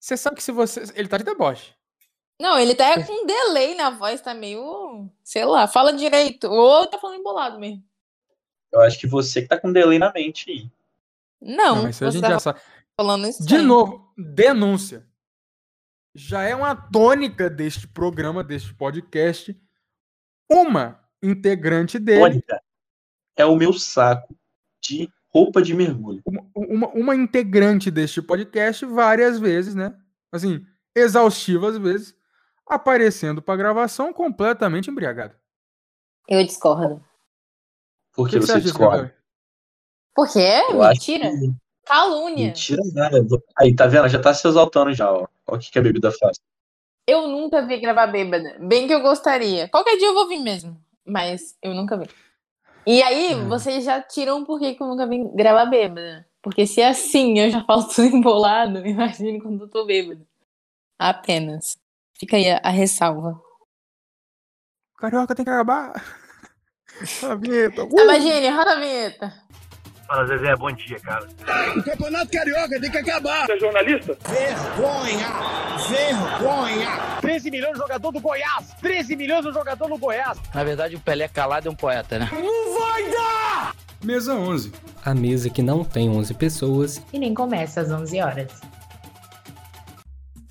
Você sabe que se você. Ele tá de deboche. Não, ele tá com um delay na voz, tá meio. Sei lá, fala direito. Ou tá falando embolado mesmo. Eu acho que você que tá com delay na mente aí. Não, mas isso a você gente tá já sabe. falando isso. De aí. novo, denúncia. Já é uma tônica deste programa, deste podcast. Uma integrante dele, Mônica é o meu saco de roupa de mergulho. uma, uma- uma integrante deste podcast várias vezes, né? Assim, exaustivas vezes, aparecendo pra gravação completamente embriagada. Eu discordo. O Porque que que você você acha disso, discorda. Gabriel? Porque é Eu acho mentira. que- Calúnia. Mentira nada. Aí, tá vendo? Já tá se exaltando já, ó. Olha o que, que a bebida faz. Eu nunca vi gravar bêbada. Bem que eu gostaria. Qualquer dia eu vou vir mesmo. Mas eu nunca vi. E aí, Hum. vocês já tiram por que que eu nunca vim gravar bêbada. Porque se é assim eu já falo tudo embolado, imagine quando eu tô bêbada. Apenas. Fica aí a, a ressalva. Carioca tem que acabar. Roda a vinheta. Hum. Uh! Imagine, roda a vinheta. Fala, Zezé, é bom dia, cara. O Campeonato Carioca tem que acabar. Você é jornalista? Vergonha! Vergonha! 13 milhões de jogador do Goiás! 13 milhões de jogador do Goiás! Na verdade, o Pelé calado é um poeta, né? Mesa 11. A mesa que não tem 11 pessoas E nem começa às 11 horas.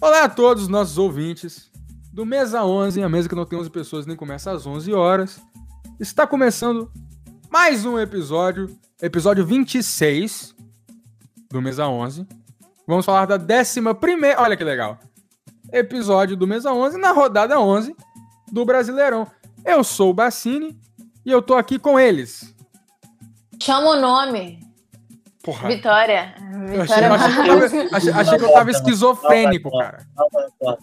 Olá a todos os nossos ouvintes do Mesa 11, a mesa que não tem 11 pessoas nem começa às 11 horas. Está começando mais um episódio, episódio 26 do Mesa 11. Vamos falar da décima primeira, olha que legal, episódio do Mesa 11 na rodada 11 do Brasileirão. Eu sou o Bassini e eu tô aqui com eles. Chama o nome. Porra, Vitória. Ah. eu achei, Vitória. achei que eu tava, achei- achei que eu tava esquizofrênico, cara. Calma, calma.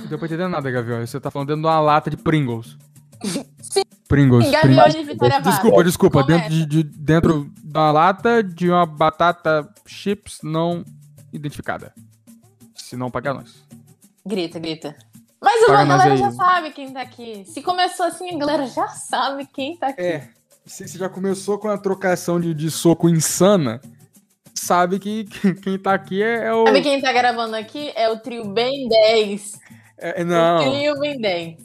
Não deu pra entender nada, Gavião. Você tá falando dentro de uma lata de Pringles. Pringles. Gavião Pringles. de Vitória Vaz. Desculpa, desculpa. Começa. Dentro, de, de- dentro da lata de uma batata chips não identificada. Se não pagar nós. Grita, grita. Mas a Paga nós galera aí. já sabe quem tá aqui. Se começou assim, a galera já sabe quem tá aqui. É. Se você já começou com a trocação de, de soco insana, sabe que, que- quem tá aqui é, é o. Sabe quem tá gravando aqui? É o trio Ben 10. é- é- O não. trio Ben 10.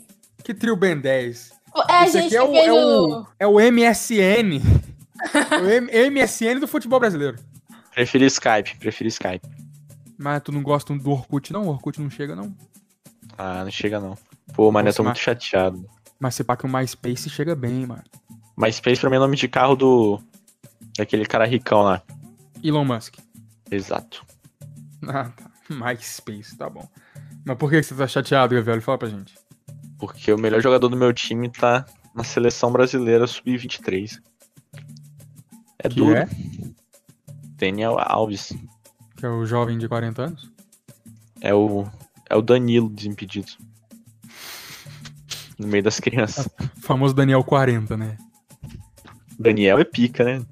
Que trio Ben 10. É a Esse aqui gente é que o, fez é, o... o, é o MSN. o M- MSN do futebol brasileiro. Prefiro Skype, prefiro Skype. Mas tu não gosta do Orkut, não? O Orkut não chega, não. Ah, não chega não. Pô, mano, eu Nossa, tô mas- muito chateado. Mas se pá que o MySpace chega bem, mano. Mas Space pra mim é nome de carro do. Daquele cara ricão lá. Elon Musk. Exato. Ah, tá. MySpace, tá bom. Mas por que que você tá chateado, Gavioli? Fala pra gente. Porque o melhor jogador do meu time tá na seleção brasileira sub-23. É Que duro. é? Daniel Alves. Que é o jovem de 40 anos? É o. É o Danilo desimpedido. No meio das crianças. O famoso Daniel 40, né? Daniel é pica, né?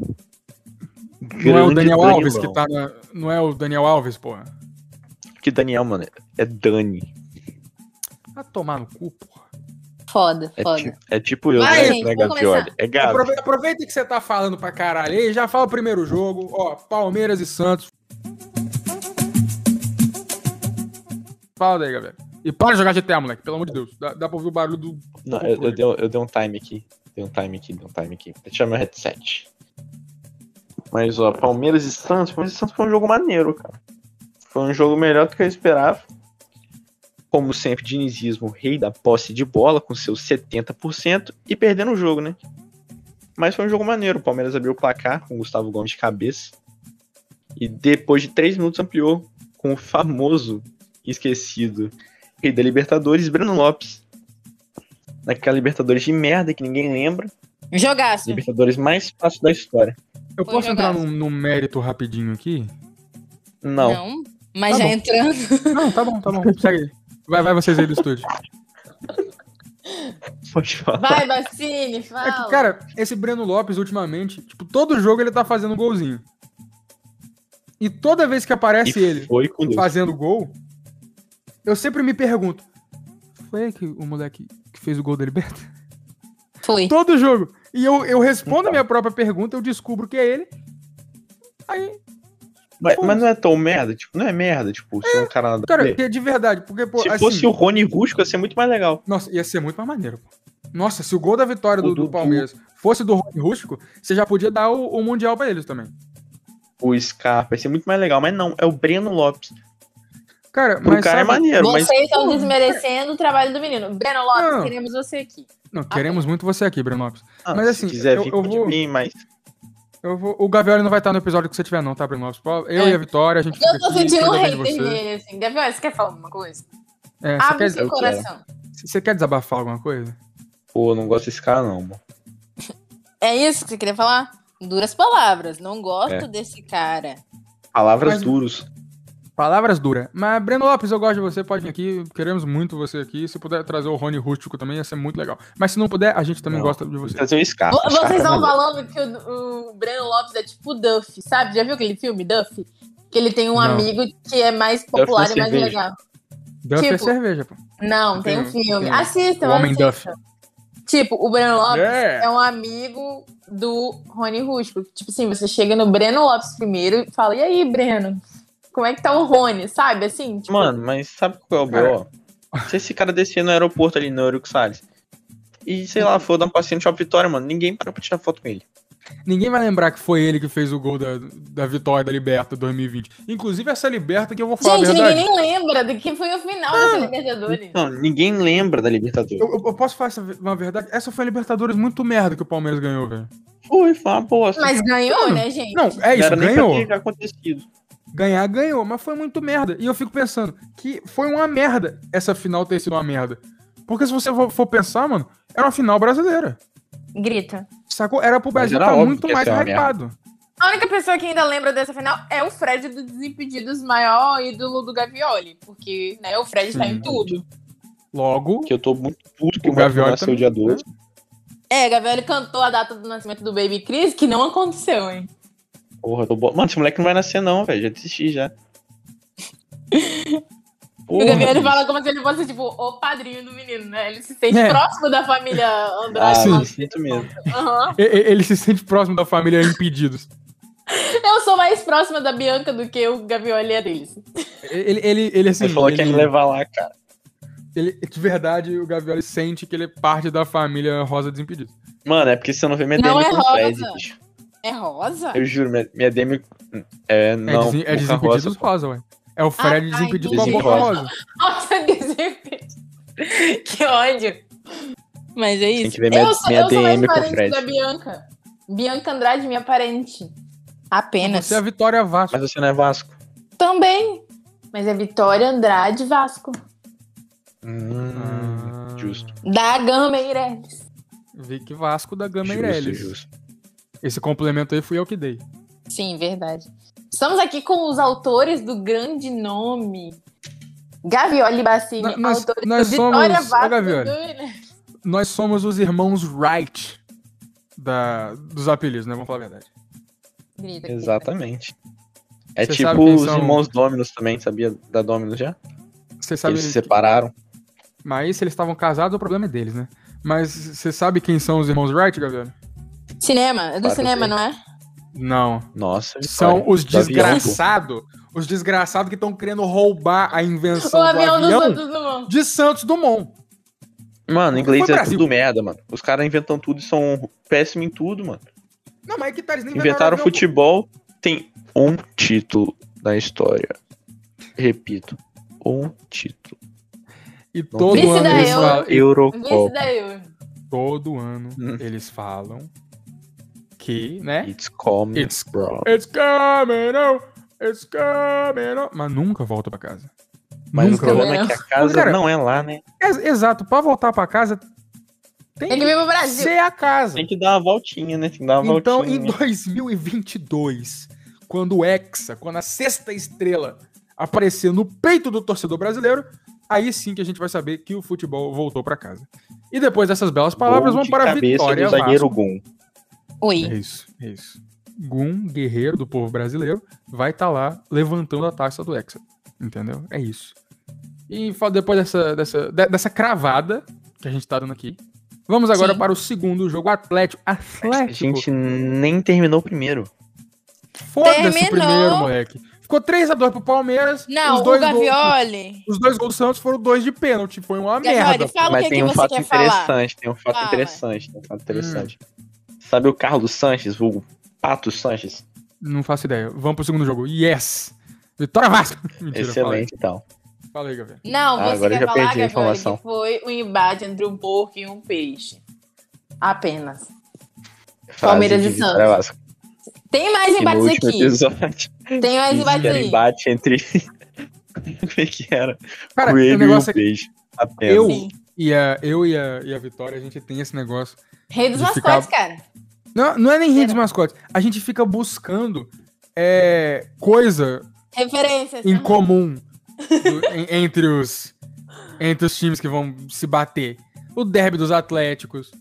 Não é o Grande Daniel Alves que Danilão. tá na... Não é o Daniel Alves, porra. Que Daniel, mano, é Dani. Ah, tomar no cu, porra. Foda, É, foda. tipo, é tipo eu, Vai, né, gente, né vamos Gavioli? É Gabi. Aprove- Aproveita que você tá falando pra caralho aí, já fala o primeiro jogo. Ó, Palmeiras e Santos. Fala daí, Gabriel. E para de jogar GTA, moleque, pelo amor de Deus. Dá, dá pra ouvir o barulho do. Não, eu, eu dei, um- eu dei um time aqui. Dei um time aqui, dei um time aqui. Deixa eu tirar meu headset. Mas, ó, Palmeiras e Santos. Palmeiras e Santos foi um jogo maneiro, cara. Foi um jogo melhor do que eu esperava. Como sempre, dinizismo, rei da posse de bola, com seus 70% e perdendo o jogo, né? Mas foi um jogo maneiro. O Palmeiras abriu o placar com o Gustavo Gomes de cabeça. E depois de 3 minutos ampliou com o famoso e esquecido rei da Libertadores, Breno Lopes naquela Libertadores de merda que ninguém lembra. Jogaço. Libertadores mais fácil da história. Eu Foi posso entrar jogaço. num, num mérito rapidinho aqui? Não. mas Tá já bom. entrando. Não, tá bom, tá bom. Segue aí. Vai, vai vocês aí do estúdio. Pode falar. Vai, Bacine, É fala. que, cara, esse Breno Lopes, ultimamente, tipo, todo jogo ele tá fazendo golzinho. E toda vez que E aparece ele foi com Deus. fazendo gol, eu sempre me pergunto: foi aí que o moleque que fez o gol da Libertadores? Foi. Todo jogo. Então. E eu, eu respondo a minha própria pergunta, eu descubro que é ele. Aí. Mas, mas não é tão merda, tipo, não é merda, tipo, se um cara nada a Cara, ver. que é de verdade, porque, pô, se assim, fosse o Rony Rusco, ia ser muito mais legal. Nossa, ia ser muito mais maneiro, pô. Nossa, se o gol da vitória O do, do Dudu. Palmeiras fosse do Rony Rústico, você já podia dar o, o Mundial pra eles também. O Scarpa ia ser muito mais legal, mas não, é o Breno Lopes. Cara, Pro mas. cara é sabe- maneiro, mas Vocês estão desmerecendo o trabalho do menino. Breno Lopes, Não. queremos você aqui. Não, queremos muito você aqui, Breno Lopes. ah, mas assim, se quiser eu- vir, eu pode vou- vir, mas Eu vou- o Gavioli não vai estar no episódio que você tiver, não, tá, Breno Lopes? Eu É. e a Vitória, a gente Eu tô fica aqui, sentindo um cuida bem de hater Ah, você. nele, assim. Gabriel, você quer falar alguma coisa? É, você Abre quer, o seu eu quero. coração. você quer desabafar alguma coisa? pô, não gosto desse cara não, mano. É isso que você queria falar? Duras palavras. Não gosto É. desse cara. Palavras Mas- duras. Palavras duras. Mas, Breno Lopes, eu gosto de você, pode vir aqui. Queremos muito você aqui. Se puder trazer o Rony Rústico também, ia ser muito legal. Mas se não puder, a gente também Não. gosta de você. Trazer um Ah, Scarpa. Vo- Scarpa é Vocês estão né? maneiro. falando que o, o Breno Lopes é tipo o Duff, sabe? Já viu aquele filme, Duff? Que ele tem um Não. amigo que é mais popular é e mais cerveja. legal. Duff é Tipo- cerveja, pô. Não, tem um Tem- filme. tem Assista, o mas Homem Duff. assista. Tipo, o Breno Lopes É. é um amigo do Rony Rusco. Tipo assim, você chega no Breno Lopes primeiro e fala: E aí, Breno? Como é que tá o Rony? Sabe assim? Tipo, Mano, mas sabe qual é o Cara. B.O.? Se esse cara descer no aeroporto ali no Eurico Salles e, sei lá, for dar um passeio no Shopping Vitória, mano, ninguém para pra tirar foto com ele. então. Ninguém vai lembrar que foi ele que fez o gol da, da vitória da Liberta 2020. Inclusive essa Liberta que eu vou falar gente, a ninguém verdade. Ah, então. nem lembra do que foi o final dessa Libertadores. Não, ninguém lembra da Libertadores. Eu, eu- eu posso falar essa, uma verdade? Essa foi a Libertadores muito merda que o Palmeiras ganhou, velho. Foi, foi uma bosta. Mas ganhou, Mano, né, gente? Não, é não isso, era nem pra ganhou. ter acontecido. Ganhar, ganhou, mas foi muito merda. E eu fico pensando que foi uma merda essa final ter sido uma merda. Porque se você for for pensar, mano, era uma final brasileira. Grita. Sacou? Era pro Brasil era tá óbvio muito que ia mais ser uma merda. hypado. A única pessoa que ainda lembra dessa final é o Fred do Desimpedidos, maior ídolo do Gavioli. Porque, né, o Fred tá Sim. em tudo. Logo, Que eu tô muito puto que O o Gavião Gavioli nasceu também, dia né? 12. É, Gavioli cantou a data do nascimento do Baby Chris, que não aconteceu, hein? Porra, tô bo... Mano, esse moleque não vai nascer não, velho. Já desisti já. o Porra, Gavioli bicho. fala como se ele fosse, tipo, o padrinho do menino, né? Ele se sente É. próximo da família ah, Andrade. sim, lá. sinto mesmo. Aham. e- e- ele se sente próximo da família Impedidos. Eu sou mais próxima da Bianca do que o Gavioli é deles. Ele, ele, ele assim. Ele falou que ia me ele, levar lá, cara. ele- de verdade, o Gavioli sente que ele é parte da família Rosa Desimpedidos. Mano, é porque você não vê minha Não DM é com o Fred, rosa. bicho. É rosa? Eu juro, minha, minha DM... É, É, não, desi- é o Carroça, Desimpedidos Rosa, ué. É o Fred Ah, tá, Desimpedido com a entendi. boca rosa. Nossa, Desimpedidos. que ódio. Mas é Tem isso. que ver minha- eu sou, minha eu sou mais DM com o parente Fred. da Bianca. Bianca Andrade, minha parente. Apenas. Você é a Vitória Vasco. Mas você não é Vasco. Também. Mas é Vitória Andrade Vasco. Hum, Ah, Justo. Da Gama Eireles. Vic Vasco da Gama Justo, Ireles. justo. Esse complemento aí fui eu que dei. Sim, verdade. Estamos aqui com os autores do grande nome. Gavioli Bassini, Nó- nós- autores nós do Vitória somos- Ô, Vasco. Gavioli. do- Nós somos os irmãos Wright da, dos apelidos, né? Vamos falar a verdade. Grita, grita. Exatamente. É Você sabe tipo quem os são- irmãos Dominus também, sabia? Da Dominus já? Você Que sabe. eles se separaram. Mas se eles estavam casados, o problema é deles, né? Mas você sabe quem são os irmãos Wright, Gabriel? Cinema, é do Claro, cinema, sim. não é? Não. Nossa. São os Do avião, pô. desgraçados. Os desgraçados que estão querendo roubar a invenção o avião do dos avião outros não vão. de Santos Dumont. Mano, inglês Foi é Brasil. tudo merda, mano. Os caras inventam tudo e são péssimos em tudo, mano. Não, mas é que tá, eles nem Inventaram avião, pô. futebol, tem um título na história. Repito, um título. E todo Vice ano da eles eu. falam, Vice Eurocopa. da eu. todo ano Hum. eles falam que, né? It's coming, It's- bro. It's coming on, it's coming on. Mas nunca volta pra casa. Mas o nunca também problema é não. que a casa Cara, não é lá, né? Ex- exato, pra voltar pra casa tem, Tem que vir pro que Brasil. ser a casa. Tem que dar uma voltinha, né? Tem que dar uma Então, voltinha. em 2022, quando o Hexa, quando a sexta estrela aparecer no peito do torcedor brasileiro, aí sim que a gente vai saber que o futebol voltou pra casa. E depois dessas belas palavras, Gol vamos de para a cabeça vitória. do zagueiro Vasco. Gum. É Oi. isso, é isso. Gum, guerreiro do povo brasileiro, vai estar lá levantando a taça do Hexa. Entendeu? É isso. E fa- depois dessa, dessa, de- dessa cravada que a gente tá dando aqui, vamos agora Sim. para o segundo jogo Atlético. A Atlético. gente nem terminou o primeiro. Foda-se o Terminou. primeiro, moleque. Ficou 3x2 pro Palmeiras. Não, os o dois Gols, Gavioli. os dois gols do Santos foram dois de pênalti. Foi uma merda. Gavioli, fala o Mas que, tem que um você fato quer falar. interessante, tem um fato Fala. interessante, tem um Hum. fato interessante. Sabe o Carlos Sanches, o Pato Sanches? Não faço ideia. Vamos pro segundo jogo. Yes! Vitória Vasco! Mentira, Excelente, então. Fala aí, Gabriel. Não, Ah, você agora eu quer já falar, perdi a Gavioli, informação. que foi um embate entre um porco e um peixe. Apenas. Frase Palmeiras de e Vitória Santos. Vasco. Tem mais E no embates último aqui. episódio, Tem mais embates era aí. embate entre... Como é que era? Cara, o Coelho e o negócio é que Peixe. Apenas. eu Sim. e, a, eu e, a, e a Vitória, a gente tem esse negócio. Rei dos de mascotes, cara. Não, não é nem rede dos mascotes. A gente fica buscando é, coisa Referências. né? em comum do- en- entre os entre os times que vão se bater. O derby dos Atléticos.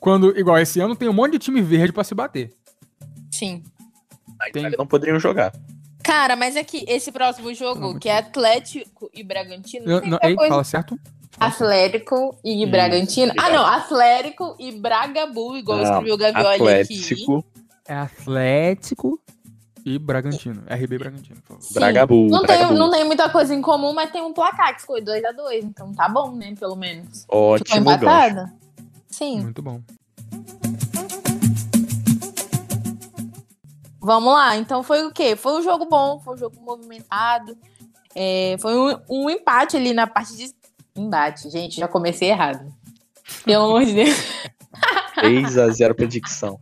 Quando, igual esse ano, tem um monte de time verde pra se bater. Sim. Tem- Não poderiam jogar. Cara, mas aqui, esse próximo jogo, Não, que é Atlético e Bragantino, Não, tem não, muita ei, coisa. fala certo? Atlético e Hum, Bragantino. Ah, obrigado. não. Atlético e Bragabu, igual Não, escreveu o Gavioli aqui. Atlético, É Atlético e Bragantino. RB Bragantino, por favor. Sim. Bragabu. Não tem, um, Bragabu. não tem muita coisa em comum, mas tem um placar que foi 2x2, então tá bom, né? Pelo menos. Ficou Ótimo gancho. empatada? Sim. Muito bom. Vamos lá, então foi o quê? Foi um jogo bom, foi um jogo movimentado. É, foi um, um empate ali na parte de. Embate, gente, já comecei errado. Pelo amor de Deus. 3x0 predicção.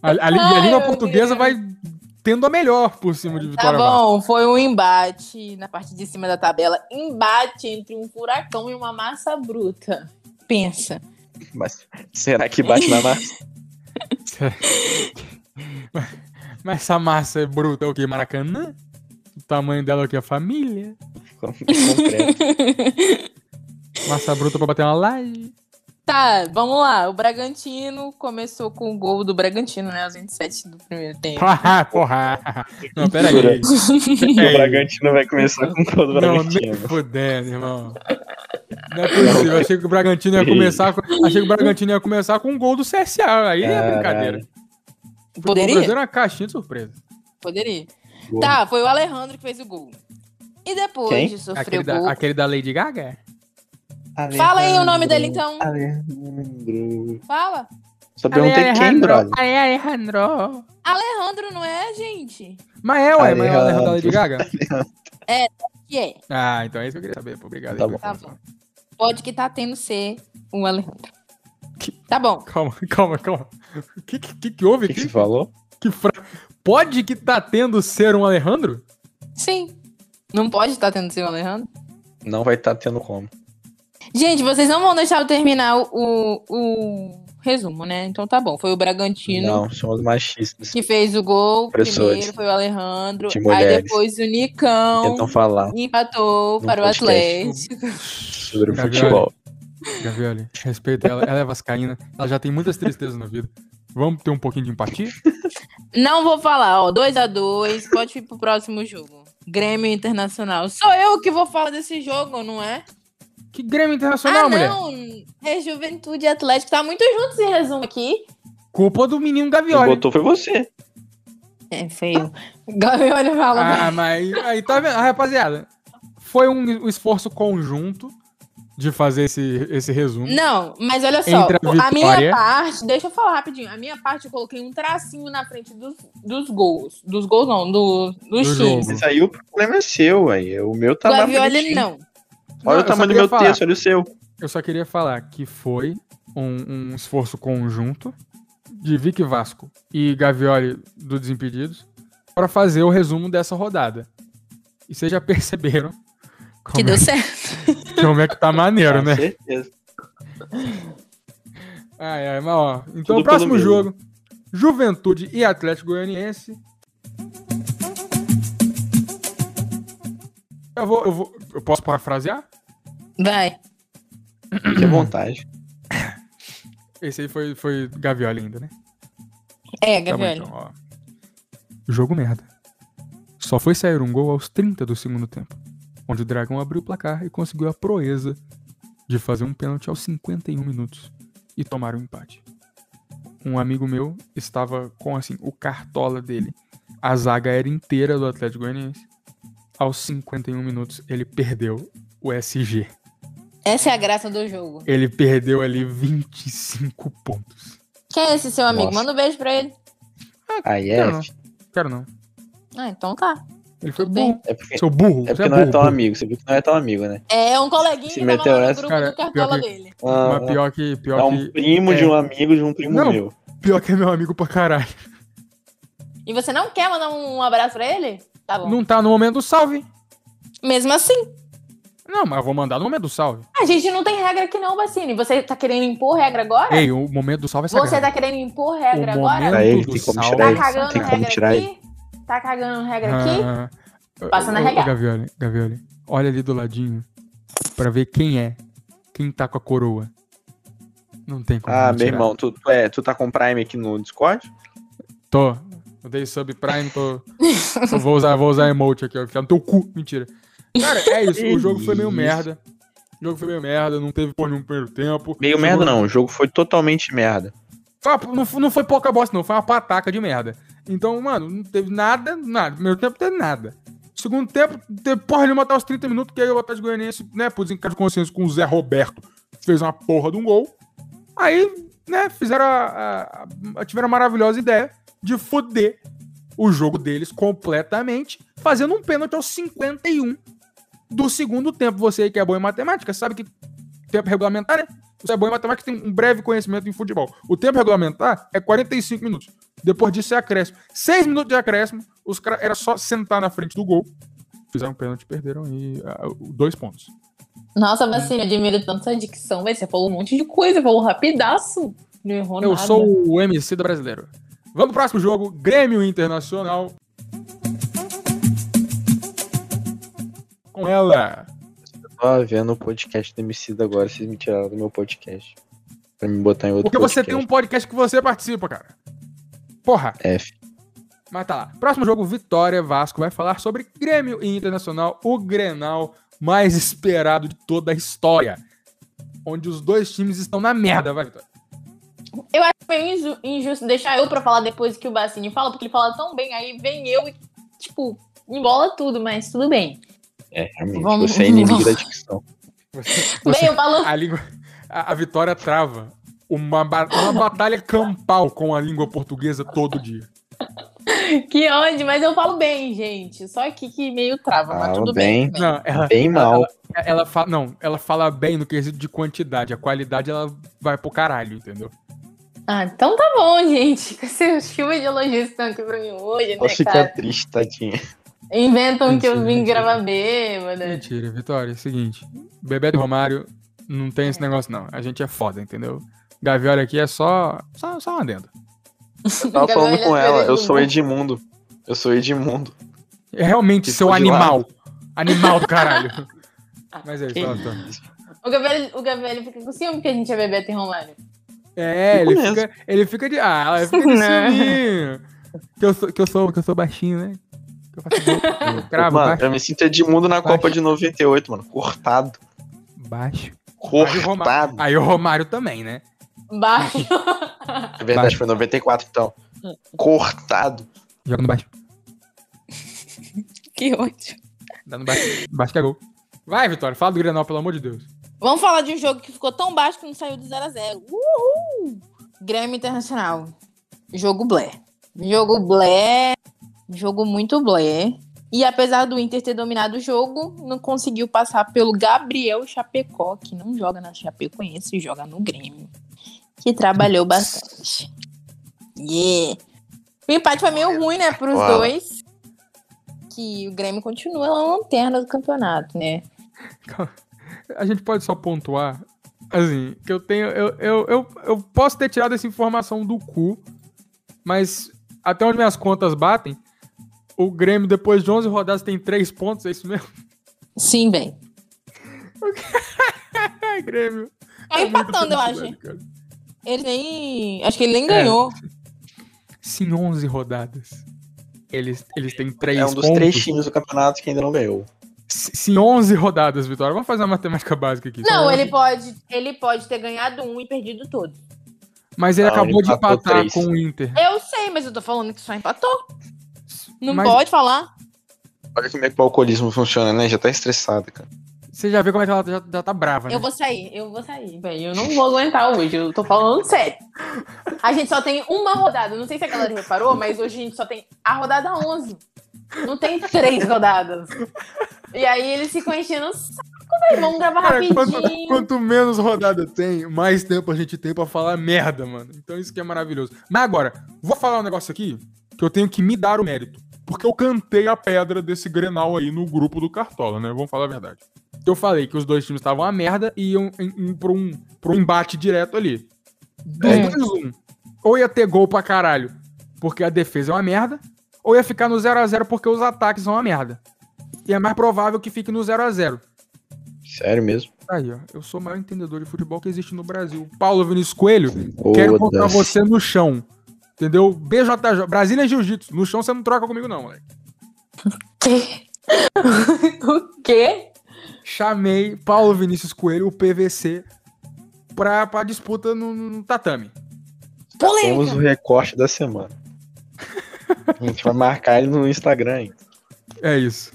A, a, li- Ai, a língua meu portuguesa Deus. vai tendo a melhor por cima de Tá Vitória Vasco. bom, foi um embate na parte de cima da tabela. Embate entre um furacão e uma massa bruta. Pensa. Mas será que bate na massa? Mas essa massa é bruta, é o quê? Maracanã? O tamanho dela é o quê? A família? Com- concreto. Massa bruta pra bater uma laje? Tá, vamos lá. O Bragantino começou com o gol do Bragantino, né? Aos 27 do primeiro tempo. Porra, porra. Não, pera aí. o Bragantino vai começar com todo É o Não, nem Bragantino. fudendo, irmão. Não é possível. Eu achei que o Bragantino ia começar com, achei que o Bragantino ia começar com um gol do CSA. Aí é Caralho. brincadeira. O Poderia? Brasil era uma caixinha de surpresa. Poderia. Gol. Tá, foi o Alejandro que fez o gol. E depois Quem? de sofrer Aquele o gol. da, aquele da Lady Gaga? Fala aí o nome dele então. Ah. Alejandro. Fala. Só é perguntei quem, um brother. Alejandro. Alejandro, não é, gente? Mas é, ué, mas é o Alejandro da Alejandro. Lady Gaga? Que é. Ah, então é isso que eu queria saber. Pô, obrigado. aí Tá pela bom. Tá informação. Pode que tá tendo ser um Alejandro. Tá bom. Calma, calma, calma. O que, que, que houve? O que, que Que, você falou? que fra... Pode que tá tendo ser um Alejandro? Sim. Não pode estar tendo ser um Alejandro. Não vai estar tendo como. Gente, vocês não vão deixar eu terminar o, o- o resumo, né? Então tá bom. Foi o Bragantino Não, somos machistas. que fez o gol. Impressores. Primeiro foi o Alejandro. De Aí mulheres. Então, depois o Nicão. Tentam falar Empatou Num para o podcast. Atlético. sobre o Gavioli. futebol. Gavioli, respeita ela. Ela é vascaína. Ela já tem muitas tristezas na vida. Vamos ter um pouquinho de empatia? Não vou falar, ó. 2 a 2 Pode ir pro próximo jogo. Grêmio Internacional. Sou eu que vou falar desse jogo, não é? Que Grêmio Internacional, ah, mulher? não. É Juventude e Atlético. Tá muito junto esse resumo aqui. Culpa do menino Quem Gavioli. botou foi você. É feio. Gabriel fala. Ah, mas aí tá vendo, Ah, rapaziada. Foi um esforço conjunto de fazer esse, esse resumo. Não, mas olha só. Entre a A, minha vitória- parte. Deixa eu falar rapidinho. A minha parte eu coloquei um tracinho na frente dos, dos gols. Dos gols, não. Do, dos Do times. jogo. Mas aí o problema é seu, aí. O meu tá lá. Gavioli, bonitinho. não. Não, Olha eu o só tamanho do queria meu falar. texto, olha o seu. Eu só queria falar que foi um, um esforço conjunto de Vic Vasco e Gavioli do Desimpedidos para fazer o resumo dessa rodada. E vocês já perceberam como, Que é, deu certo. como é que tá maneiro, Com né? certeza. Ai, ai, mas ó. Então, Tudo o próximo pelo jogo: Juventude e Atlético Goianiense. Eu vou, eu vou. Eu posso parafrasear? Vai. Fique à vontade. Esse aí foi, foi Gavioli ainda, né? É, Tá bom, Gavioli. então, ó. Jogo merda. Só foi sair um gol aos 30 do segundo tempo, onde o Dragão abriu o placar e conseguiu a proeza de fazer um pênalti aos 51 minutos e Um tomar o empate. Um amigo meu estava com assim o cartola dele a zaga era inteira do Atlético Goianiense. Aos 51 minutos, ele perdeu o SG. Essa é a graça do jogo. Ele perdeu ali 25 pontos. Quem é esse seu amigo? Nossa. Manda um beijo pra ele. Aí é. Não. Ah, Quero não. Ah, então tá. Ele foi Tudo bem. bom. É porque, Seu burro. é você é porque não é burro. tão amigo. Você viu que não é tão amigo, né? É um coleguinha que Se tava meteu lá no essa- grupo Cara, do cartola pior dele. Ah, Mas pior que, pior, é que, um primo é. de um amigo de um primo Não. meu. pior que é meu amigo pra caralho. E você não quer mandar um abraço pra ele? Tá bom. Não tá no momento do salve. Mesmo assim, Não, mas eu vou mandar no momento do salve. a gente não tem regra aqui não, Bacine. Você tá querendo impor regra agora? Ei, o momento do salve é Você sagrado. tá querendo impor regra O agora? momento Aí, é um do tem como salve. Tá tirar Peraí, cagando tem como regra tirar aqui? Tá cagando regra aqui? Ah, ah, ah. Passa na Ô, ô, regar. Gavioli, Gavioli, olha ali do ladinho pra ver quem é, quem tá com a coroa. Não tem como. não Ah, meu tirar. irmão, tu, tu, é, tu tá com o Prime aqui no Discord? Tô. Eu dei subprime, tô. Eu vou usar, vou usar emote aqui, ó. Ficar no teu cu. Mentira. Cara, é isso. o jogo foi meio Isso. merda. O jogo foi meio merda, não teve por nenhum primeiro tempo. Meio Chegou- merda, não. O jogo foi totalmente merda. Foi uma- não, foi- não foi pouca bosta, não. Foi uma pataca de merda. Então, mano, não teve nada, nada. Primeiro tempo teve nada. Segundo tempo, teve porra nenhuma até os 30 minutos, que aí o Atlético Goianiense, né, por desencargo de consciência com o Zé Roberto, fez uma porra de um gol. Aí, né, fizeram a, a- a- tiveram a maravilhosa ideia de foder o jogo deles completamente, fazendo um pênalti aos 51 do segundo tempo. Você aí que é bom em matemática, sabe que tempo regulamentar, né? Você é bom em matemática, tem um breve conhecimento em futebol. O tempo regulamentar é 45 minutos. Depois disso é acréscimo. 6 minutos de acréscimo, os caras era só sentar na frente do gol. Fizeram um pênalti, perderam e ah, dois pontos. Nossa, Bacine, eu admiro tanto sua dicção, velho. Você falou um monte de coisa, falou rapidaço. Não errou Eu nada. sou o MC do brasileiro. Vamos pro próximo jogo, Grêmio Internacional. Com ela. Tô vendo o podcast do MC agora, vocês me tiraram do meu podcast. Pra me botar em outro Porque você tem um podcast que você participa, cara. Porra. tem um... F. Mas tá lá. Próximo jogo, Vitória Vasco vai falar sobre Grêmio e Internacional, o Grenal mais esperado de toda a história. Onde os dois times estão na merda, vai, Vitória. Eu acho meio inju- injusto deixar eu pra falar depois que o Bacini fala, porque ele fala tão bem, aí vem eu e, tipo, embola tudo, mas tudo bem. É, realmente, Vamos- você é inimigo vamos. da dicção. Você- Bem, você- eu falo. a, língua, a, a Vitória trava uma, ba- uma batalha campal com a língua portuguesa todo dia. Que onde? Mas eu falo bem, gente. Só aqui que meio trava, mas Fala tudo bem. bem. Não, ela, Bem mal. ela fala, não, ela fala bem no quesito de quantidade. A qualidade ela vai pro caralho, entendeu? Ah, então tá bom, gente. Com essa chuva de elogios que estão aqui pra mim hoje, né, Posso ficar cara? triste, tadinha. Inventam que eu é Mentira, vim mentira. gravar bêbada. Mentira, Vitória, é o seguinte. Bebeto e Romário não tem esse negócio, não. A gente é foda, entendeu? Gavioli aqui é só. Só, só um adendo. Eu tava Gabriel falando com é ela, eu Edmundo. sou Edmundo. Eu sou Edmundo. É realmente Que seu foi de animal. Animal do caralho. Mas é isso, fala, Vitória. O Gabriel, o Gabriel fica com ciúme que a gente é Bebeto e Romário. É, Fico ele mesmo. fica, ele fica de. Ah, ela fica de Não. Né? sininho. Que eu, sou, que, eu sou, que eu sou baixinho, né? Que eu faço gol. Eu tá? cravo, mano, baixo. eu me sinto Edmundo na Baixo. Copa de 98, mano. Cortado. é- Baixo. Aí o Romário, Cortado. aí o Romário também, né? Baixo. É verdade, foi 94, então. Cortado. Joga no baixo. que ótimo. Dá no baixo. Baixo que é gol. Vai, Vitória, fala do Grenal, pelo amor de Deus. Vamos falar de um jogo que ficou tão baixo que não saiu do 0x0. Uhul! Grêmio Internacional. Jogo blé. Jogo blé. Jogo muito blé. E apesar do Inter ter dominado o jogo, não conseguiu passar pelo Gabriel Chapecó, que não joga na Chapecoense, joga no Grêmio. Que trabalhou bastante. Yeah! O empate foi meio ruim, né, pros Uau. dois. Que o Grêmio continua na lanterna do campeonato, né? A gente pode só pontuar, assim, que eu tenho. Eu, eu, eu, eu posso ter tirado essa informação do cu, mas até onde minhas contas batem, o Grêmio, depois de 11 rodadas, tem 3 pontos, é isso mesmo? Sim, bem. Ai, Grêmio. Tá É muita empatando, eu acho. felicidade, cara. Ele nem. Acho que ele nem É. ganhou. Se em 11 rodadas eles, eles têm 3 É um dos pontos. três times do campeonato que ainda não ganhou. Se se em 11 rodadas, Vitória, vamos fazer uma matemática básica aqui. Não, só- ele pode, ele pode ter ganhado um e perdido todo. Mas ele Não, Ah, ele acabou de empatou empatar três. com o Inter. Eu sei, mas eu tô falando que só empatou. Não Mas- pode falar? Olha como é que o alcoolismo funciona, né? Já tá estressado, cara. Você já vê como é que ela já, já tá brava, né? Eu vou sair, eu vou sair, velho. Eu não vou aguentar hoje, eu tô falando sério. A gente só tem uma rodada. Não sei se a galera reparou, mas hoje a gente só tem a rodada 11. Não tem três rodadas. E aí eles ficam enchendo o saco, velho. Vamos gravar Cara, quanto, rapidinho. quanto menos rodada tem, mais tempo a gente tem pra falar merda, mano. Então isso que é maravilhoso. Mas agora, vou falar um negócio aqui que eu tenho que me dar o mérito. Porque eu cantei a pedra desse Grenal aí no grupo do Cartola, né? Vamos falar a verdade. Eu falei que os dois times estavam uma merda e iam em, em, pra um, pra um embate direto ali. Dos É. dois, um. Ou ia ter gol pra caralho, porque a defesa é uma merda, ou ia ficar no 0 a 0 porque os ataques são uma merda. E é mais provável que fique no 0 a 0 Sério mesmo? Aí, ó. Eu sou o maior entendedor de futebol que existe no Brasil. Paulo Vinícius Coelho, Ô, quero botar Deus. você no chão. Entendeu? BJJ. Brasília é Jiu-Jitsu. No chão você não troca comigo, não, moleque. o quê? Chamei Paulo Vinícius Coelho, o PVC, pra, pra disputa no, no- no tatame. Temos Polêmica. o recorte da semana. A gente vai marcar ele no Instagram, hein? É isso.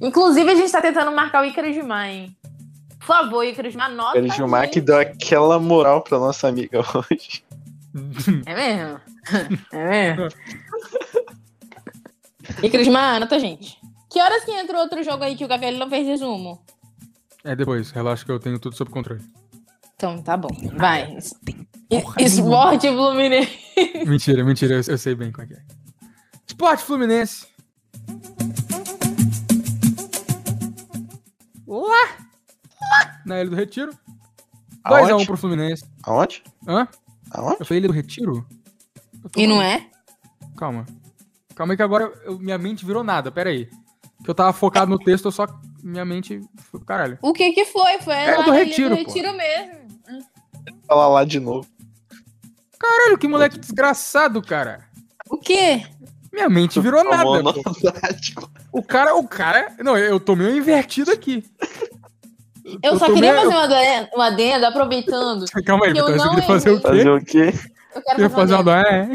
Inclusive, a gente tá tentando marcar o Ícaro Gilmar, hein? Por favor, Ícaro Gilmar, nota. Ele Gilmar que gente. deu aquela moral pra nossa amiga hoje. É mesmo? É mesmo? e Crismar, anota, gente. Que horas que entra outro jogo aí que o Gavioli não fez resumo? É depois. Relaxa que eu tenho tudo sob controle. Então, tá bom. Vai. E- Esporte Fluminense. mentira, mentira. Eu, eu sei bem como é que é. Esporte Fluminense. Lá! Lá! Na Ilha do Retiro. 2x1 pro Fluminense. Aonde? Hã? Aonde? Eu falei Ilha do Retiro? Eu tô E não maluco. é? Calma. Calma aí que agora eu- minha mente virou nada, pera aí. Que eu tava focado no texto, eu só... Minha mente... foi pro Caralho. O que que foi? Foi É lá do na Ilha Retiro, do pô. Retiro mesmo. Fala lá de novo. Caralho, que moleque desgraçado, cara. O quê? Minha mente virou Tomou nada. pô. novidade. O cara... O cara... Não, eu tô meio invertido aqui. Eu, só tô queria meio- fazer uma adenda, uma adenda aproveitando. Calma aí, Eu Vitor. Você não queria fazer o Fazer quê? o quê? Eu quero Eu ia fazer uma uma... do- adenda.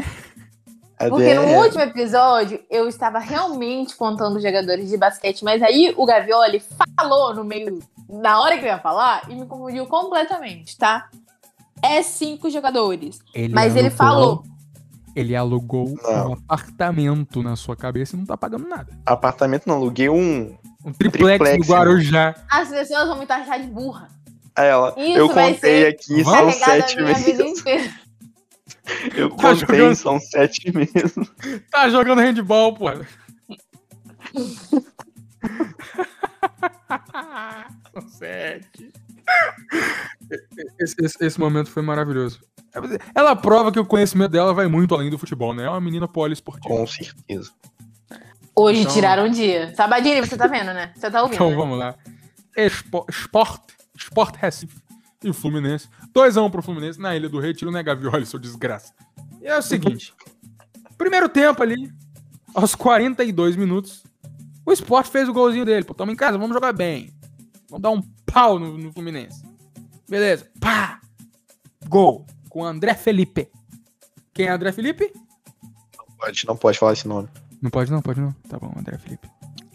É. Porque é um no ADR. último episódio eu estava realmente contando os jogadores de basquete, mas aí o Gavioli falou no meio, na hora que eu ia falar, e me confundiu completamente, tá? É cinco jogadores. mas ele falou. Ele alugou Não. um apartamento na sua cabeça e não tá pagando nada. Apartamento não, aluguei um. Um triplex, Triplex, né? do Guarujá. As pessoas vão me taxar de burra. Aí ela, Isso eu vai contei ser aqui, são Carregada a sete minha vida meses. inteira. Eu Tá jogando. contei, são sete meses. Tá jogando handball, pô. São Sete. Esse, esse- esse momento foi maravilhoso. Ela prova que o conhecimento dela vai muito além do futebol, né? É uma menina poliesportiva. Com certeza. Hoje Então- tiraram um dia. Sabadinho, você tá vendo, né? Você tá ouvindo. Então né? vamos lá. Espo, esporte. Esporte Recife e o Fluminense. 2x1 pro Fluminense na Ilha do Retiro, né, Gavioli, seu desgraça? E é o seguinte: primeiro tempo ali, aos 42 minutos, o Sport fez o golzinho dele. Pô, tamo em casa, vamos jogar bem. Vamos dar um pau no, no Fluminense. Beleza. Pá! Gol. Com o André Felipe. Quem é André Felipe? Pode, não pode falar esse nome. Não pode não, pode não. Tá bom, André Felipe.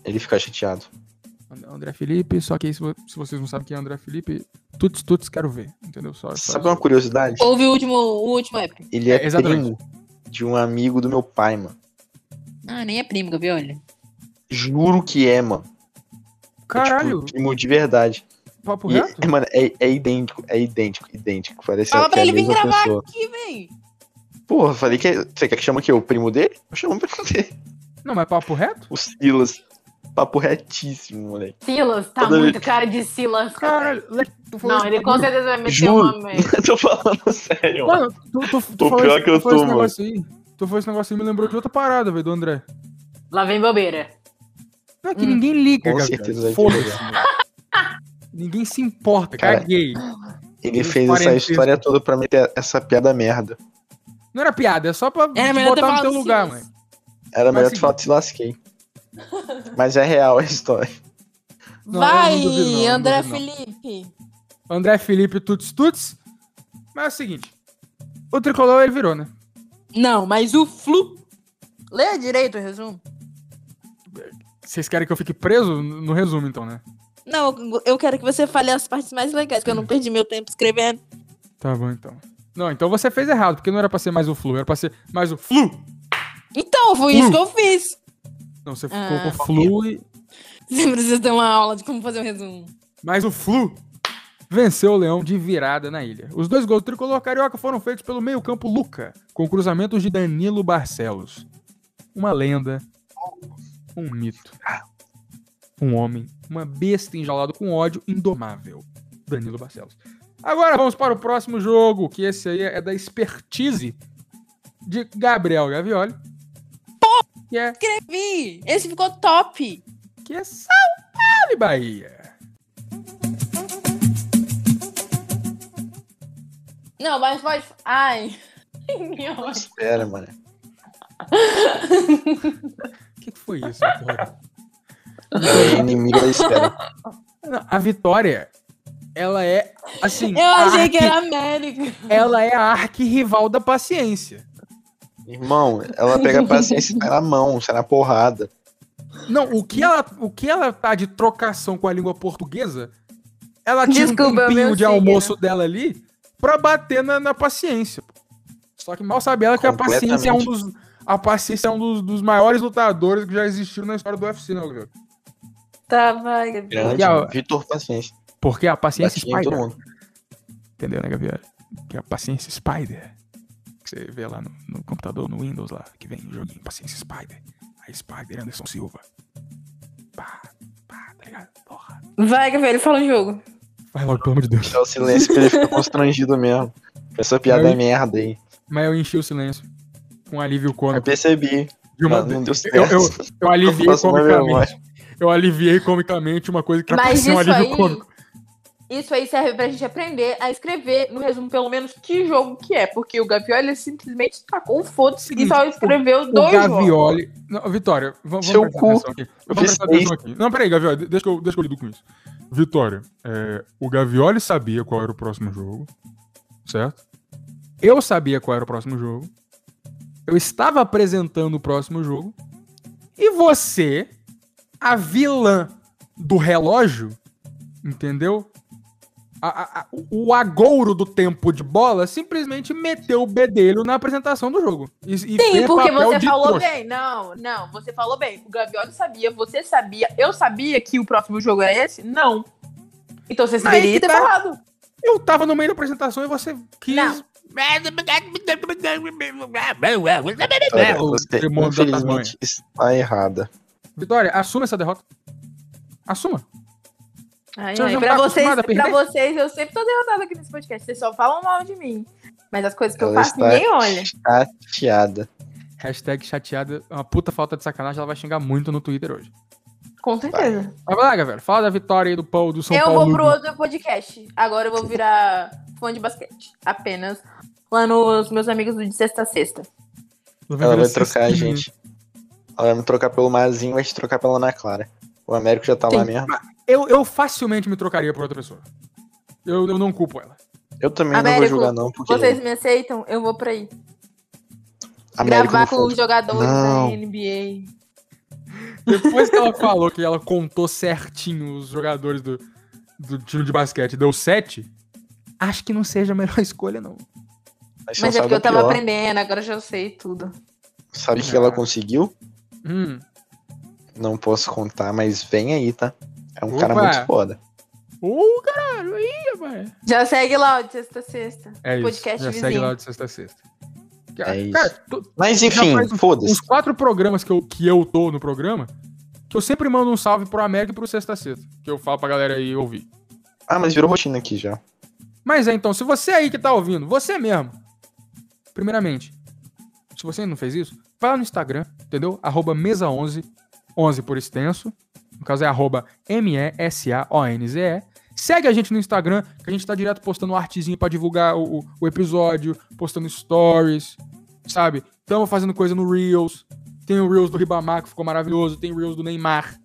Ele fica chateado. And- André Felipe, só que aí se, vo- se vocês não sabem quem é André Felipe, tuts, tuts, quero ver, entendeu? Só, só- Sabe uma curiosidade? Houve o último, o último app. Ele é, É, exatamente. primo de um amigo do meu pai, mano. Ah, nem é primo, Gavioli. Juro que é, mano. É, tipo, Caralho, primo de verdade. papo E, reto? mano, é, é idêntico, é idêntico, idêntico. Parece Fala que pra é a ele vir mesma gravar pessoa. aqui, véi. Porra, eu falei que. é- Você quer que chama o quê? O primo dele? Eu chamo o primo dele. Não, mas papo reto? O Silas. Papo retíssimo, moleque. Silas, tá Toda vez- muito cara de Silas. Caralho, le- tu falou Não, ele esse com bagulho. certeza vai meter Juro. uma merda. Eu tô falando sério, mano. Mano, tu, tu, tu O falou pior esse- que eu tu falou tô, esse mano. negócio aí, tu falou esse negócio aí, me lembrou de outra parada, velho, do André. Lá vem bobeira. Não, é Hum. que ninguém liga, Com cara, certeza vai foda-se. Ninguém se importa, Cara, caguei. Ele Os fez essa parentescos. história toda pra meter essa piada merda. Não era piada, é só pra te Era melhor botar no ter falado assim. teu lugar, Silas. mano. Era Mas assim- melhor seguinte. tu falar que se lasquei. Mas é real a história. Não, Vai, eu não duvido não, eu não André duvido não. Felipe. André Felipe, tuts, tuts. Mas é o seguinte, o Tricolor ele virou, né? Não, mas o Flu. Leia direito o resumo. Vocês querem que eu fique preso? No resumo, então, né? Não, eu- eu quero que você fale as partes mais legais, que eu não perdi meu tempo escrevendo. Tá bom, então. Não, então você fez errado, porque não era pra ser mais o flu, era pra ser mais o flu. Então, foi isso que eu fiz. Não, você ficou Ah. com flu e. Você precisa ter uma aula de como fazer um resumo. Mas o flu venceu o Leão de virada na ilha. Os dois gols do tricolor carioca foram feitos pelo meio-campo Luca, com cruzamentos de Danilo Barcelos. Uma lenda, um mito, um homem, uma besta enjaulada com ódio indomável. Danilo Barcelos. Agora vamos para o próximo jogo, que esse aí é da expertise de Gabriel Gavioli. Que é, Vi, esse ficou top. que é São Paulo e Bahia. Não, mas pode... Ai. Meu Deus. Espera, mano. O que, que foi isso, porra? É inimigo da espera. Não, a Vitória, ela é, assim, Eu a achei que arqui- era América. ela é a arquirrival da paciência. Irmão, ela pega a paciência e sai na mão, sai na porrada. Não, o que ela, o que ela tá de trocação com a língua portuguesa, ela tira Desculpa, um é o tempinho meu de signo. almoço dela ali pra bater na, na paciência. pô. Só que mal sabe ela que a paciência é um dos... A paciência é um dos, dos maiores lutadores que já existiu na história do UFC, né, Gabriel? Tá, vai, Gabi. Grande, E a- Vitor Paciência. Porque a paciência Batia em todo espalha. mundo. Entendeu, né, Gabriel? Que é a Paciência Spider. Que você vê lá no, no computador, no Windows lá, que vem o joguinho Paciência Spider. A Spider Anderson Silva. Pá, pá, tá ligado? Porra. Vai, Gabi, ele fala o jogo. Vai logo, pelo amor de Deus. É o silêncio que ele fica constrangido mesmo. Essa piada é merda aí. Mas eu enchi o silêncio. Com alívio Eu cômico. percebi. De uma- mas não deu eu, certo. eu, eu aliviei Faço uma comicamente. Eu aliviei comicamente uma coisa que era pra Mas ser um isso alívio aí... cômico. Isso aí serve pra gente aprender a escrever, no resumo, pelo menos, que jogo que é. Porque o Gabriel, ele simplesmente tacou um foda-se e Seguinte, só escreveu tipo, O dois jogos. Gavioli. Não, Vitória, v- vamos Seu prestar cu. atenção aqui. Vamos fiz prestar atenção aqui. Não, peraí, Gavioli, de- deixa que eu, deixa que eu lido com isso. Vitória, é, o Gavioli sabia qual era o próximo jogo, certo? Eu sabia qual era o próximo jogo. Eu estava apresentando o próximo jogo. E você, a vilã do relógio, entendeu? A- a- a- o o agouro do tempo de bola simplesmente meteu o bedelho na apresentação do jogo. E, e Sim, fez porque é papel você de falou trouxa. bem. Não, não, você falou bem. O Gavioli sabia, você sabia, eu sabia que o próximo jogo era esse? Não. Então você deveria que ter tá. falado. Eu tava no meio da apresentação e você quis. Não. Vitória, né, o tá você, demônio da infelizmente, está errada. Vitória, assuma essa derrota. Assuma. Ai, Você ai, não pra, tá vocês, acostumada a pra perder? vocês, eu sempre tô derrotada aqui nesse podcast. Vocês só falam mal de mim. Mas as coisas que eu Ela faço, ninguém olha. está chateada. Hashtag chateada, É uma puta falta de sacanagem, ela vai xingar muito no Twitter hoje. Com certeza. Mas vai lá, galera. Fala da vitória aí do Paul do São eu Paulo. vou pro outro podcast. Agora eu vou virar fã de basquete. Apenas. Lá nos meus amigos do de sexta a sexta. Ela virar vai trocar a cestinha. gente. Ela vai me trocar pelo Mazinho, vai te trocar pela Ana Clara. O Américo já tá lá mesmo. Eu, eu facilmente me trocaria por outra pessoa. Eu, eu não culpo ela. Eu também não Américo, vou julgar, não, porque. Vocês me aceitam? Eu vou pra aí. Américo gravar não com os foi. jogadores Não. da NBA. Depois que ela falou que ela contou certinho os jogadores do, do time de basquete, deu 7. Acho que não seja a melhor escolha, não. Mas Mas, você é não porque eu sabe o tava um pior. aprendendo, agora eu já sei tudo. Sabe o que ela conseguiu? Hum. Não posso contar, mas vem aí, tá? É um Opa! cara muito foda. Ô, caralho, aí, rapaz. Já segue lá, o de sexta a sexta. É isso. Podcast já segue vizinho. lá de sexta a sexta. ah, É isso. Cara, tu- Mas Já enfim, faz um, uns- foda-se. os quatro programas que eu, que eu tô no programa, que eu sempre mando um salve pro América e pro Sexta a Sexta, que eu falo pra galera aí ouvir. Ah, mas virou rotina aqui já. Mas é, então, se você aí que tá ouvindo, você mesmo, primeiramente, se você ainda não fez isso, vai lá no Instagram, entendeu? Arroba mesa11, 11 por extenso, no caso é arroba M-E-S-A-O-N-Z-E. Segue a gente no Instagram, que a gente tá direto postando artezinho pra divulgar o, o- o episódio, postando stories, sabe? Estamos fazendo coisa no Reels. Tem o Reels do Ribamar, que ficou maravilhoso. Tem o Reels do Neymar.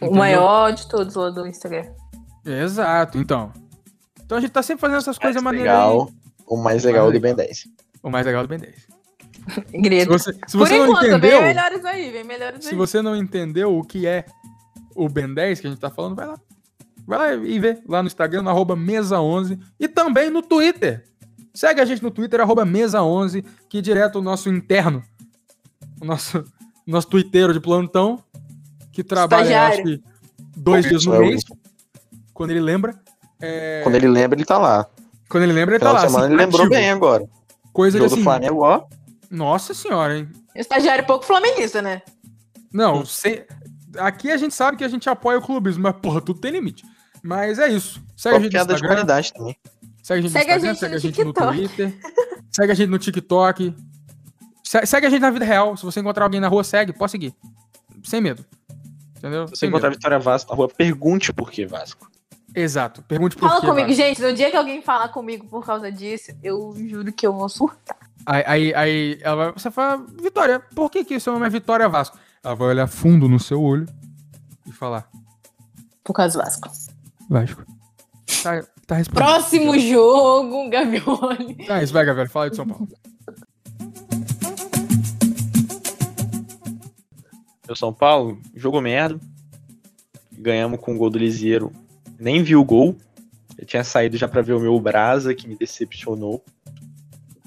O maior de todos lá do Instagram. Exato, então. Então a gente tá sempre fazendo essas coisas mais maneiras aí. legal, o mais legal do Ben 10. O mais legal do Ben 10. Se Grito. você, se Por você não enquanto, né? assim. vem entendeu, melhores aí, vem melhores se aí. você não entendeu o que é o Ben 10 que a gente tá falando, vai lá. Vai lá e vê lá no Instagram, no arroba mesa11 e também no Twitter. Segue a gente no Twitter, arroba mesa11, que direto o nosso interno, o nosso, o nosso twitteiro de plantão, que trabalha, eu acho que, dois dias no É o- mês, quando ele lembra. é, Quando ele lembra, ele tá lá. quando ele lembra, ele tá Final lá. de semana assim, ele lembrou ativo. bem agora. Coisa de Jogo do assim, Flamengo, ó. nossa senhora, hein? Estagiário pouco flamenguista, né? Hum. Não, sem- aqui a gente sabe que a gente apoia o clubismo, mas porra, tudo tem limite. Mas é isso. Segue a gente no Piada de Instagram, qualidade também. segue a gente no, Segue a Instagram, gente segue no a gente no TikTok. Twitter, segue a gente no TikTok, se- segue a gente na vida real. Se você encontrar alguém na rua, segue, pode seguir. Sem medo. Entendeu? Se você Sem encontrar a medo. Vitória Vasco na rua, pergunte por que Vasco. Exato. Pergunte por Fala quê, comigo, Vasco. gente. No dia que alguém falar comigo por causa disso, eu juro que eu vou surtar. Aí, aí, aí ela vai, você fala, Vitória, por que, que o seu nome é Vitória Vasco? Ela vai olhar fundo no seu olho e falar, Por causa do Vasco. Vasco. Tá, tá respondendo. Próximo jogo, Gavioli. Ah, isso vai, Gabriel. Fala aí de São Paulo. Meu São Paulo, jogo merda. Ganhamos com o gol do Lisieiro. Nem vi o gol. Eu tinha saído já pra ver o meu Brasa, que me decepcionou.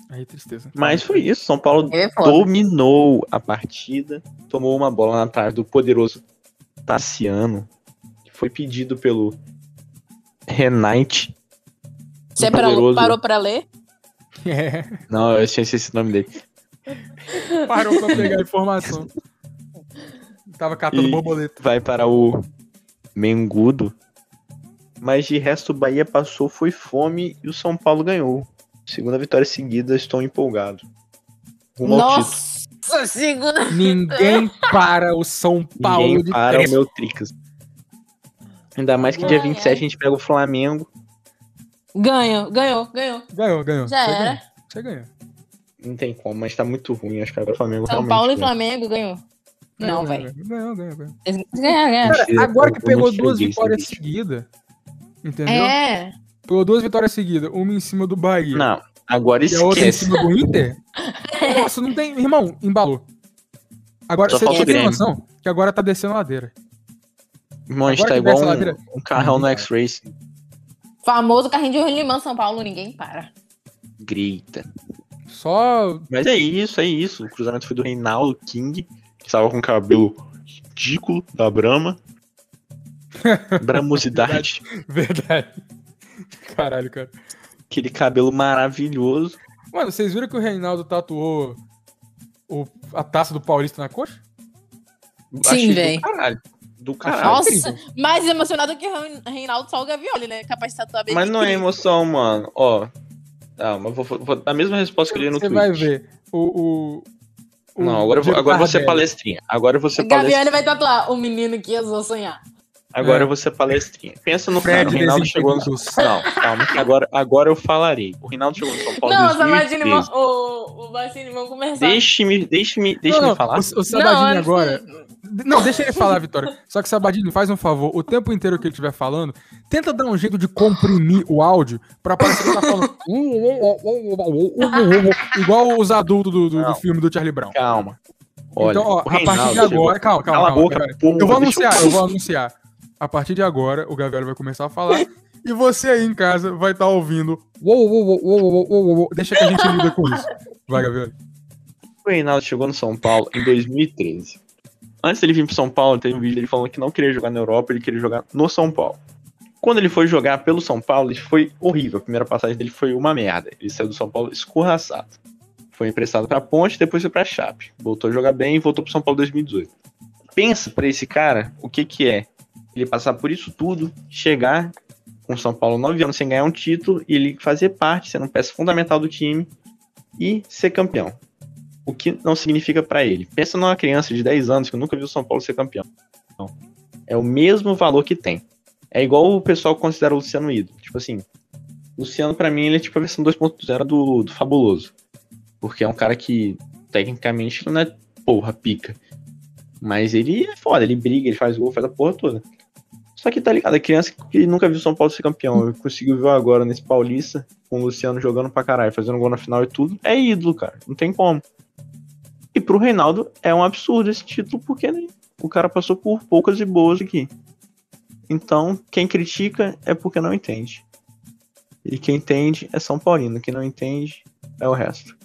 Aí, tristeza. Mas foi isso. São Paulo Ele é foda. dominou a partida. Tomou uma bola na trave do poderoso Tassiano, que foi pedido pelo Renate. Você Um parou, poderoso- parou pra ler? É, Não, eu esqueci esse nome dele. parou pra pegar a informação. Tava catando E- borboleta. vai para o Mengudo. Mas de resto, o Bahia passou, foi fome e o São Paulo ganhou. Segunda vitória seguida, estou empolgado. Um Rumo ao título. Nossa, segunda. Ninguém para o São Paulo Ninguém de para três. o meu Tricas. Ainda mais que dia Ai, 27 a gente pega o Flamengo. Ganhou, ganhou, ganhou. Ganhou, ganhou. Já Você era. ganhou. Você ganhou. Não tem como, mas tá muito ruim. Acho que agora o Flamengo São realmente né? Paulo e ganha. Flamengo ganhou. Ganhou, Não, velho. Ganhou, ganhou, ganhou. Eles Ganharam, ganharam. Cara, Mentira, agora que eu pegou não duas cheguei, vitórias gente. seguidas, entendeu? É. Pegou duas vitórias seguidas, uma em cima do Bahia Não, agora e a outra em esquece. cima do Inter. É. Nossa, não tem. Irmão, embalou. Agora, Só você falta o tem Grêmio. noção que agora tá descendo a ladeira. Irmão, a gente Agora tá que igual desce a ladeira- Uhum. um, um carrão no X-Racing. Famoso carrinho de limão São Paulo, ninguém para. Grita. Só Mas é isso, é isso. O cruzamento foi do Reinaldo King, que estava com cabelo ridículo da Brahma. Bramosidade. Verdade. Caralho, cara. Aquele cabelo maravilhoso. Mano, vocês viram que o Reinaldo tatuou o- a taça do Paulista na coxa? Achei véi. Do caralho. Do caralho. Nossa, mais emocionado que Rein- Reinaldo só o Gavioli, né? Capaz de tatuar bem. Mas não é emoção, mano. Ó. Ah, mas vou, vou dar a mesma resposta que eu dei no Você Twitter. vai ver. O. o- o Não, agora, eu vou- Diego agora você é Tardelli. palestrinha. Agora você O palestrinha. Gavioli vai tatuar o menino que eu vou sonhar. Agora você palestrinha. Pensa no cara. O Fred Reinaldo chegou no. Desimpedidos. Não, calma. que Agora, agora eu falarei. O Reinaldo chegou no São Paulo. em Não, essa Martini 2013. vão- o, o Martini vão conversar. Deixe-me, deixe-me, não, deixe-me não, falar. O, o Sabadinho antes- agora. Não, deixa ele falar, Vitória. Só que o Sabadinho, faz um favor. O tempo inteiro que ele estiver falando, tenta dar um jeito de comprimir o áudio pra parecer que ele tá falando. um, igual os adultos do, do- do Não. filme do Charlie Brown. Calma. Olha, então, ó, o a partir de Reinaldo chegou- agora. Calma, calma. Cala a calma, boca, Gabriel. porra, Eu vou deixa anunciar, eu... vou anunciar. A partir de agora, o Gabriel vai começar a falar. e você aí em casa vai estar ouvindo. Uou, uou, uou, uou, uou, uou, uou, uou. Deixa que a gente lida com isso. Vai, Gabriel. O Reinaldo né? chegou no São Paulo em 2013. Antes dele vir pro São Paulo, teve um vídeo dele falando que não queria jogar na Europa, ele queria jogar no São Paulo. Quando ele foi jogar pelo São Paulo, ele foi horrível. A primeira passagem dele foi uma merda. Ele saiu do São Paulo escorraçado. Foi emprestado pra Ponte, depois foi pra Chape. Voltou a jogar bem e voltou pro São Paulo em 2018. Pensa pra esse cara o que que é ele passar por isso tudo, chegar com o São Paulo nove anos sem ganhar um título e ele fazer parte, sendo peça fundamental do time e ser campeão o que não significa pra ele. Pensa numa criança de 10 anos que nunca viu o São Paulo ser campeão. Não. É o mesmo valor que tem. É igual o pessoal que considera o Luciano ídolo. Tipo assim, o Luciano pra mim ele é tipo a versão 2.0 do, do Fabuloso. Porque é um cara que tecnicamente não é porra, pica. Mas ele é foda, ele briga, ele faz gol, faz a porra toda. Só que tá ligado, a criança que nunca viu o São Paulo ser campeão, ele conseguiu ver agora nesse Paulista, com o Luciano jogando pra caralho, fazendo gol na final e tudo, é ídolo, cara. Não tem como. E pro Reinaldo é um absurdo esse título, porque né, o cara passou por poucas e boas aqui. Então, quem critica é porque não entende. E quem entende é São Paulino, quem não entende é o resto.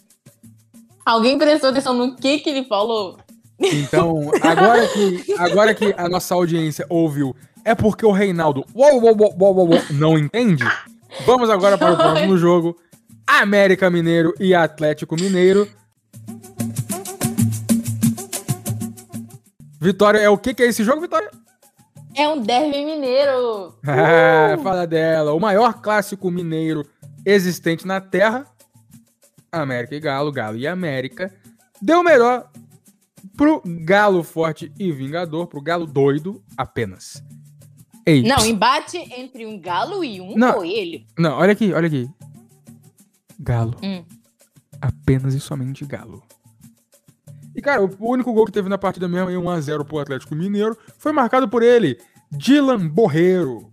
Alguém prestou atenção no que que ele falou? Então, agora que, agora que a nossa audiência ouviu, é porque o Reinaldo uou, uou, uou, uou, uou, uou, não entende? Vamos agora para o próximo jogo: América Mineiro e Atlético Mineiro. Vitória, é o que, que é esse jogo, Vitória? É um derby mineiro. Ah, Fala dela. O maior clássico mineiro existente na Terra. América e Galo, Galo e América. Deu melhor pro Galo forte e vingador, pro Galo doido apenas. Ei, Não, embate entre um galo e um Não. coelho. não, olha aqui, olha aqui. Galo. Hum. Apenas e somente Galo. E, cara, o único gol que teve na partida mesmo, em 1x0 pro Atlético Mineiro, foi marcado por ele, Dylan Borreiro.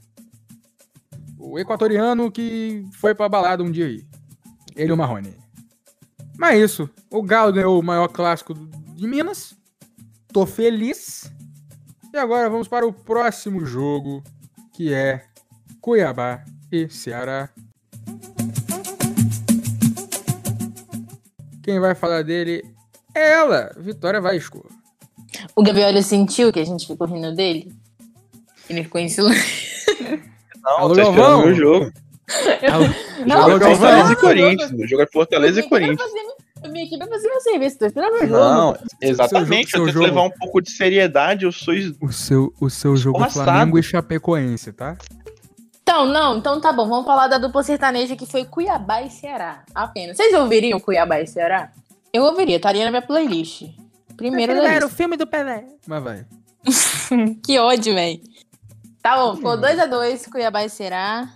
O equatoriano que foi pra balada um dia aí. Ele e o Marrone. Mas é isso. O Galo ganhou o maior clássico de Minas. Tô feliz. E agora vamos para o próximo jogo, que é Cuiabá e Ceará. Quem vai falar dele é ela, Vitória Vasco. O Gabriel sentiu que a gente ficou rindo dele. Ele ficou em silêncio. Não, Alô, tô Galvão? esperando o meu jogo. Não, jogo Galvão. é Fortaleza e não, Corinthians. O jogo é Fortaleza e Eu vim aqui Corinthians. pra fazer- Eu vim aqui pra fazer meu tá serviço, tô esperando meu jogo. Não, exatamente. seu eu tento jogo. levar um pouco de seriedade. Eu sou. es- O seu, o seu jogo Escorraçado. Flamengo e Chapecoense, tá? Então, não, então tá bom, vamos falar da dupla sertaneja que foi Cuiabá e Ceará. Apenas. Vocês ouviriam Cuiabá e Ceará? Eu ouviria, estaria na minha playlist. Primeiro da lista. filme do Pelé. Mas vai. Que ódio, velho. Tá bom, ficou 2x2, Cuiabá e Ceará.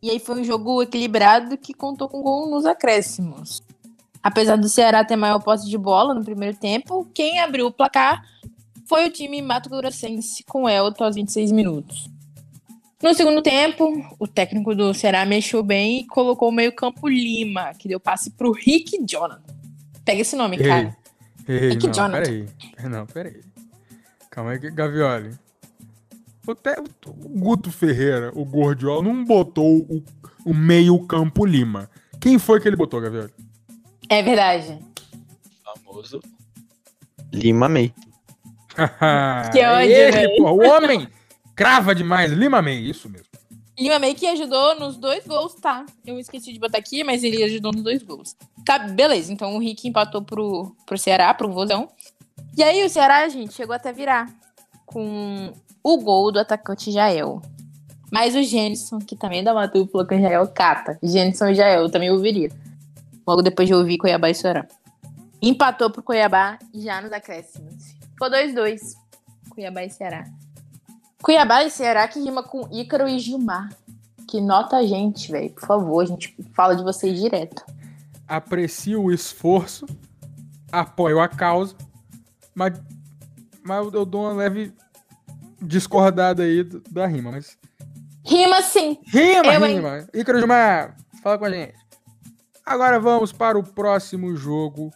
E aí foi um jogo equilibrado que contou com gol nos acréscimos. Apesar do Ceará ter maior posse de bola no primeiro tempo, quem abriu o placar foi o time Mato Grossense com Elton aos 26 minutos. No segundo tempo, o técnico do Ceará mexeu bem e colocou o meio-campo Lima, que deu passe pro Rick Jonathan. Pega esse nome, cara. Ei, ei, É que não, Jonathan. peraí. Não, peraí. Calma aí, que- Gavioli. O, te- o Guto Ferreira, o Gordiol, não botou o, o meio campo Lima. Quem foi que ele botou, Gavioli? É verdade. Famoso. Lima May. Que ódio, ele, velho. porra, O homem crava demais. Lima May, isso mesmo. Lima meio que ajudou nos dois gols, tá? Eu esqueci de botar aqui, mas ele ajudou nos dois gols. Tá, beleza. Então o Rick empatou pro, pro Ceará, pro Vozão. E aí o Ceará, gente, chegou até virar com o gol do atacante Jael. Mas o Jenison, que também dá uma dupla com o Jael, cata. Jenison e Jael, eu também ouviria. Logo depois de ouvir Cuiabá e Ceará. Empatou pro Cuiabá já nos acréscimos. Ficou 2-2. Cuiabá e Ceará. Cuiabá e Ceará que rima com Ícaro e Gilmar. Que nota a gente, velho. Por favor, a gente fala de vocês direto. aprecio o esforço, apoio a causa, mas, mas eu dou uma leve discordada aí do- da rima. Mas... Rima sim! Rima, Eu, hein? rima! Ícaro Gilmar, fala com a gente. Agora vamos para o próximo jogo.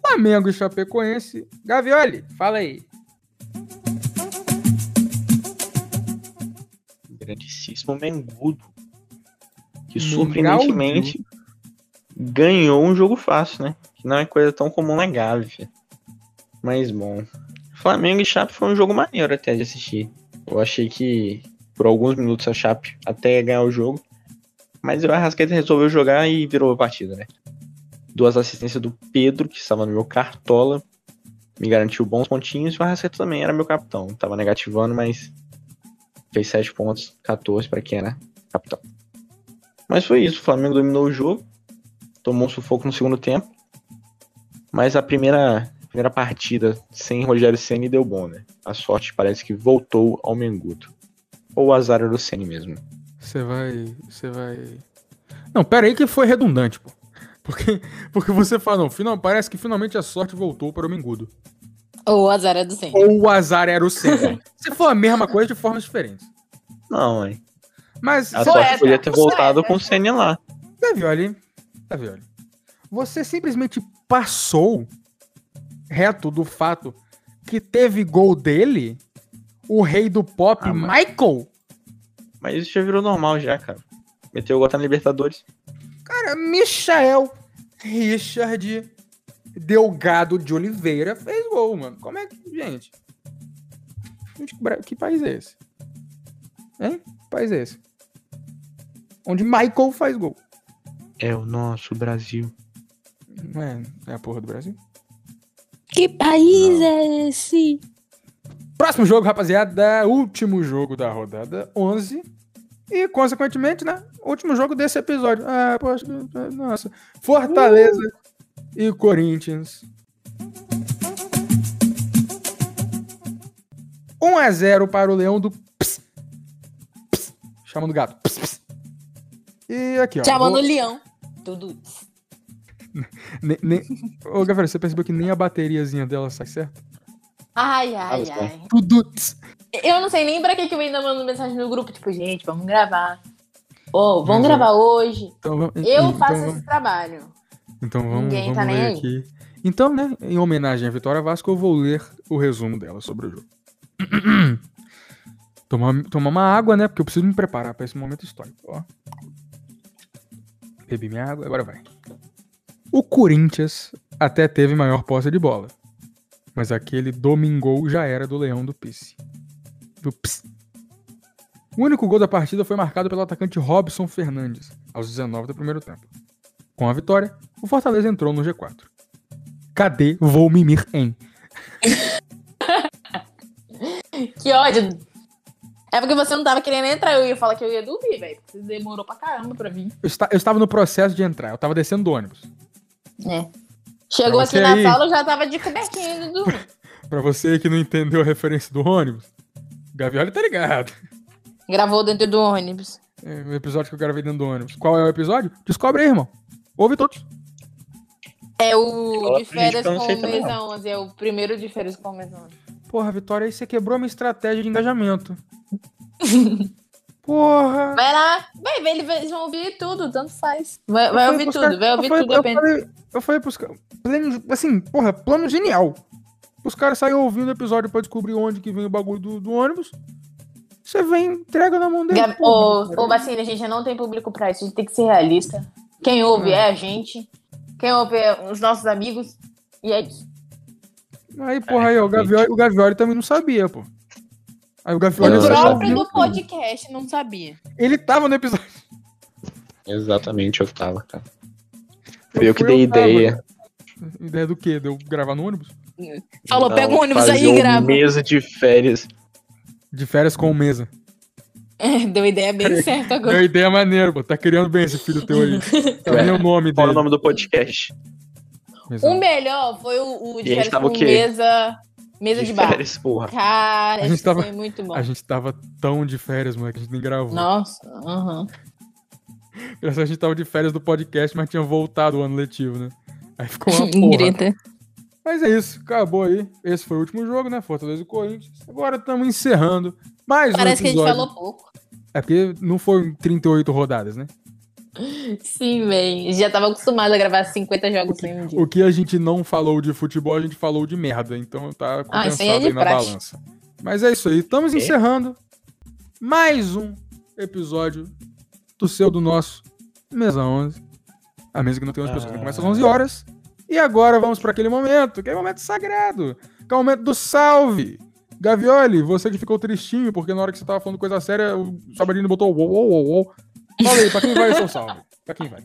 Flamengo e Chapecoense. Gavioli, fala aí. Grandíssimo Mengudo. Que Mengaldo. surpreendentemente ganhou um jogo fácil, né? Que não é coisa tão comum na Gávea. Mas bom. Flamengo e Chape foi um jogo maneiro até de assistir. Eu achei que por alguns minutos a Chape até ia ganhar o jogo. Mas o Arrascaeta resolveu jogar e virou a partida, né? Duas assistências do Pedro, que estava no meu cartola. Me garantiu bons pontinhos. E o Arrascaeta também era meu capitão. Tava negativando, mas fez 7 pontos, 14 pra quem era capitão. Mas foi isso, o Flamengo dominou o jogo, tomou um sufoco no segundo tempo, mas a primeira, primeira partida sem Rogério Ceni deu bom, né? A sorte parece que voltou ao Menguto. Ou o azar era do Ceni mesmo. Você vai. Você vai. Não, pera aí que foi redundante, pô. Porque, porque você fala, não, final, parece que finalmente a sorte voltou para o Mengudo. Ou a Zara é do Centro. Ou o azar era o É. centro. Se for a mesma coisa de formas diferentes. Não, hein? Mas A só Tá sorte podia ter Poeta. voltado com o Ceni lá. Davioli, Davioli, você simplesmente passou reto do fato que teve gol dele, o rei do pop, Ah, mas- Michael. Mas isso já virou normal já, cara. Meteu o gol até na Libertadores. Cara, Michael Richard Delgado de Oliveira fez gol, mano. Como é que. Gente. gente, que bra- Que país é esse? Hein? Que país é esse? Onde Michael faz gol. É o nosso Brasil. Não é, é a porra do Brasil? Que país é esse? Próximo jogo, rapaziada. Último jogo da rodada 11. E, consequentemente, né? Último jogo desse episódio. Ah, poxa, nossa. Fortaleza e Corinthians. 1 a 0 para o Leão do. Ps, Ps, chamando o gato. Ps, ps. E aqui, ó. Chamando o Vou- leão. Tudo. ne- ne- Ô, Gabriel, você percebeu que nem a bateriazinha dela sai certo? Ai, ai, Ah, ai. Tudo. Eu não sei nem pra que, que eu ainda mando mensagem no grupo, tipo, gente, vamos gravar. Ô, Mas, vamos gravar hoje. Então, vamos- Eu Uhum. então faço vamos- esse trabalho. Então vamos, Ninguém vamos tá nem ler aí. aqui. Então, né, em homenagem à Vitória Vasco, eu vou ler o resumo dela sobre o jogo. tomar, tomar uma água, né? Porque eu preciso me preparar pra esse momento histórico. Ó. Bebi minha água, agora vai. O Corinthians até teve maior posse de bola. Mas aquele domingou já era do Leão do Pisse. Do Pisse. O único gol da partida foi marcado pelo atacante Robson Fernandes, aos 19 do primeiro tempo. Com a vitória, o Fortaleza entrou no G4. Cadê vou mimir em? Que ódio. É porque você não tava querendo entrar, eu ia falar que eu ia dormir, velho. Você demorou pra caramba pra vir. Eu, esta- eu estava no processo de entrar, eu estava descendo do ônibus. É. Chegou Pra aqui você na aí. sala, eu já tava de cobertinha do dormir. Pra você que não entendeu a referência do ônibus, Gavioli tá ligado. Gravou dentro do ônibus. É o episódio que eu gravei dentro do ônibus. Qual é o episódio? Descobre aí, irmão. Ouve todos. É o Fala de pra gente, férias que eu com não sei o também, mês 11. É o primeiro de férias com o mês 11. Porra, Vitória, aí você quebrou minha estratégia de engajamento. Porra. Vai lá. Vai ver, ele vai- eles vão ouvir tudo, tanto faz. Vai, vai Eu falei ouvir pros tudo, caras- vai ouvir eu falei- tudo. Eu apenas. falei, eu falei pros caras. Plano, assim, porra, plano genial. Os caras saíram ouvindo o episódio pra descobrir onde que vem o bagulho do, do ônibus. Você vem, entrega na mão dele. Gabi, pô, ô, cara. ô, vacina, a gente já não tem público pra isso, a gente tem que ser realista. Quem ouve Hum. é a gente, quem ouve é os nossos amigos, e é isso. Aí, porra, É, aí, ó, o Gavioli, o Gavioli também não sabia, pô. Aí o O Gavioli Olha, só próprio ouviu. do podcast não sabia. Ele tava no episódio. Exatamente, eu tava, cara. Foi eu que fui, dei tava. ideia. Ideia do quê? De eu gravar no ônibus? Falou, Não, pega o ônibus fazer aí e um grava. Mesa de férias. De férias com o mesa. É, deu ideia bem certa agora. Deu ideia maneira, pô. Tá criando bem esse filho teu aí. Tá nem o nome Qual é dele. o nome do podcast? O Um Exato. melhor foi o, o de E a férias gente tava com o quê? mesa, mesa de bar. férias, porra. Cara, A gente isso tava- foi muito bom. A gente tava tão de férias, moleque, a gente nem gravou. Nossa, aham. Graças a gente tava de férias do podcast, mas tinha voltado o ano letivo, né? Aí ficou uma porra. Grita. mas é isso, acabou aí. Esse foi o último jogo, né? Fortaleza e Corinthians. Agora estamos encerrando mais Parece um que a gente episódio. falou pouco. É porque não foram 38 rodadas, né? Sim, velho. Já tava acostumado a gravar 50 jogos em um dia. O que a gente não falou de futebol, a gente falou de merda. Então tá Ah, isso aí compensado é de aí na praxe. balança. Mas é isso aí. Estamos É. encerrando mais um episódio do seu, do nosso Mesa 11. A mesa que não tem 11 Ah. pessoas, que começa às 11 horas. E agora vamos para aquele momento, que é o momento sagrado. Que é o momento do salve. Gavioli, você que ficou tristinho, porque na hora que você tava falando coisa séria, o Sabadinho botou uou, uou, uou, uou. Fala aí, pra quem vai o seu salve? Pra quem vai?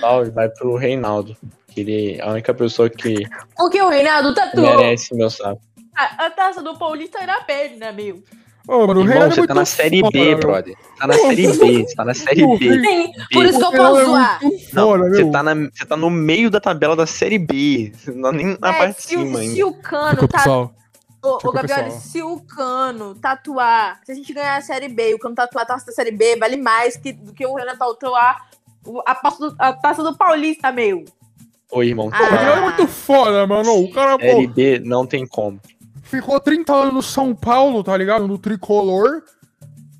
Salve, vai pro Reinaldo. Que ele é a única pessoa que Porque o Reinaldo tatuou merece meu salve. a, a taça do Paulista era pele, né, meu? Ô, mano, o Irmão, Reinaldo é você muito tá na série foda, B, meu. brother. Tá na série B, você é tá na série O B. Sim, por B. isso que eu Não, é posso zoar. Não, Fora, você né, meu. tá, na- você tá no meio da tabela da série B. Você não tá nem na É, parte de se, o- cima se ainda. o Cano Ficou, tá. pessoal. Ô, Ficou, ô Gabriel, pessoal. se o Cano tatuar, se a gente ganhar a Série B e o Cano tatuar a taça da Série B, vale mais que, do que o Renan tatuar o- a, taça do, a taça do Paulista, meu. Ô, irmão, O Gabriel é Ah. muito foda, mano. O cara, pô, série B não tem como. ficou 30 anos no São Paulo, tá ligado? No tricolor.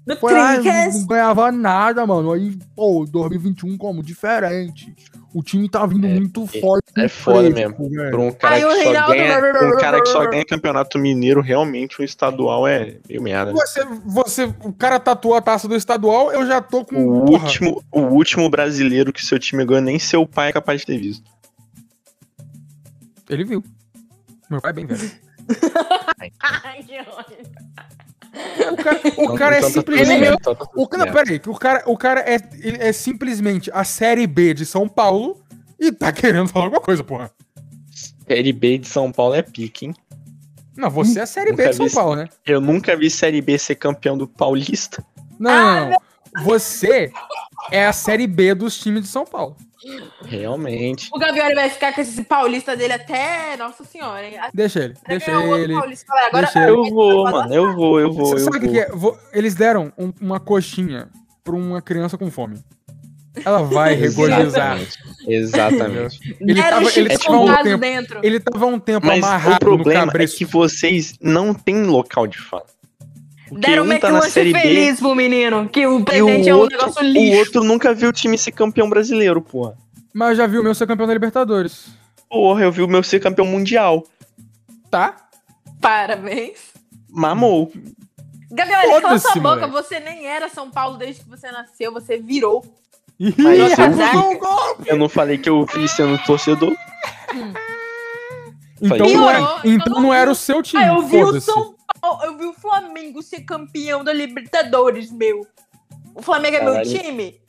No é Foi lá, Trincas. não ganhava nada, mano. Aí, pô, 2021 como? Diferente. O time tá vindo É, muito é- forte. é muito foda fresco, mesmo. velho. Pra um cara, Aí o que só Reinaldo- ganha, pra um cara que só ganha campeonato mineiro, realmente o estadual é meio merda. né? Você, você, o cara tatuou a taça do estadual, eu já tô com. O porra, último, o último brasileiro que seu time ganhou, nem seu pai é capaz de ter visto. Ele viu. Meu pai é bem velho. Ai, Jones. O cara, o cara é Então tá tudo simplesmente. certo, então tá tudo O, não, certo. peraí, que o cara, o cara é, ele é simplesmente a Série B de São Paulo e tá querendo falar alguma coisa, porra. Série B de São Paulo é pique, hein? Não, você é a Série B Nunca de São vi Paulo, né? Eu nunca vi Série B ser campeão do Paulista. Não, não, não, não. Você é a Série B dos times de São Paulo. Realmente. O Gavioli vai ficar com esse paulista dele até. Nossa senhora, hein? Até Deixa ele, deixa ganhar É, outro ele. paulista. Fala, Agora, deixa ele. Eu vou, mano. Eu vou, eu vou. Você Eu sabe o que, vou. que é? Vo- Eles deram um- uma coxinha pra uma criança com fome. Ela vai regozijar. Exatamente. Exatamente. Ele Deram tava- um ele chips tava um com gás tempo- dentro. Ele tava um tempo Mas o amarrado no problema é cabresto. que vocês não têm local de fala. Porque Deram um uma tá na Série B assim feliz pro menino. Que o e presente o é um outro, negócio lixo. o outro nunca viu o time ser campeão brasileiro, porra. Mas eu já vi o meu ser campeão da Libertadores. Porra, eu vi o meu ser campeão mundial. Tá? Parabéns. Mamou. Gabriel, cala Foda-se, sua boca. moleque. Você nem era São Paulo desde que você nasceu. Você virou. Mas é Nossa, tá eu, Zaca. eu não falei que eu vi sendo torcedor. Então, é não era, Piorou, então não eu era vi- o seu time. Ah, eu vi o foda-se. São Paulo, eu vi o Flamengo ser campeão da Libertadores, meu. O Flamengo é meu Caralho. time?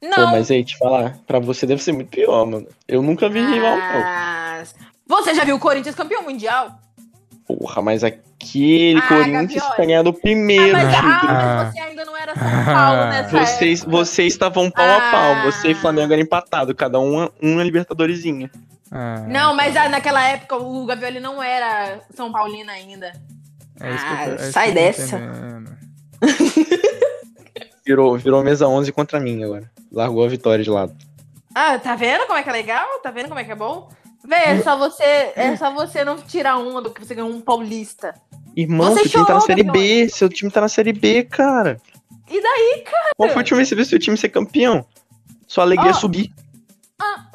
Pô, Não. mas aí, te falar, pra você deve ser muito pior, mano. Eu nunca Ah. vi rival, não. Mas- Você já viu o Corinthians campeão mundial? Porra, mas aquele Ah, Corinthians Gaviões. tá ganhado o Ah, primeiro. mas, filho. ah, Ah. mas você ainda não era São Paulo nessa Vocês época. vocês estavam pau a Ah. pau. Você e Flamengo eram empatados, cada um uma Libertadoresinha. Ah, Não, mas ah, naquela época o Gavioli não era São Paulino ainda. é isso que eu tô- Ah, é isso que sai eu tô dessa. entendendo. Virou, virou mesa 11 contra mim agora. Largou a vitória de lado. Ah, tá vendo como é que é legal? Tá vendo como é que é bom? Vê, é só você, é só você não tirar onda porque você ganhou um paulista. Irmão, Você seu time tá na chorou, Série B. Gaviões. Seu time tá na Série B, cara. E daí? Qual foi o último vez que você viu seu time ser campeão? Sua alegria Ó. é subir. Ah,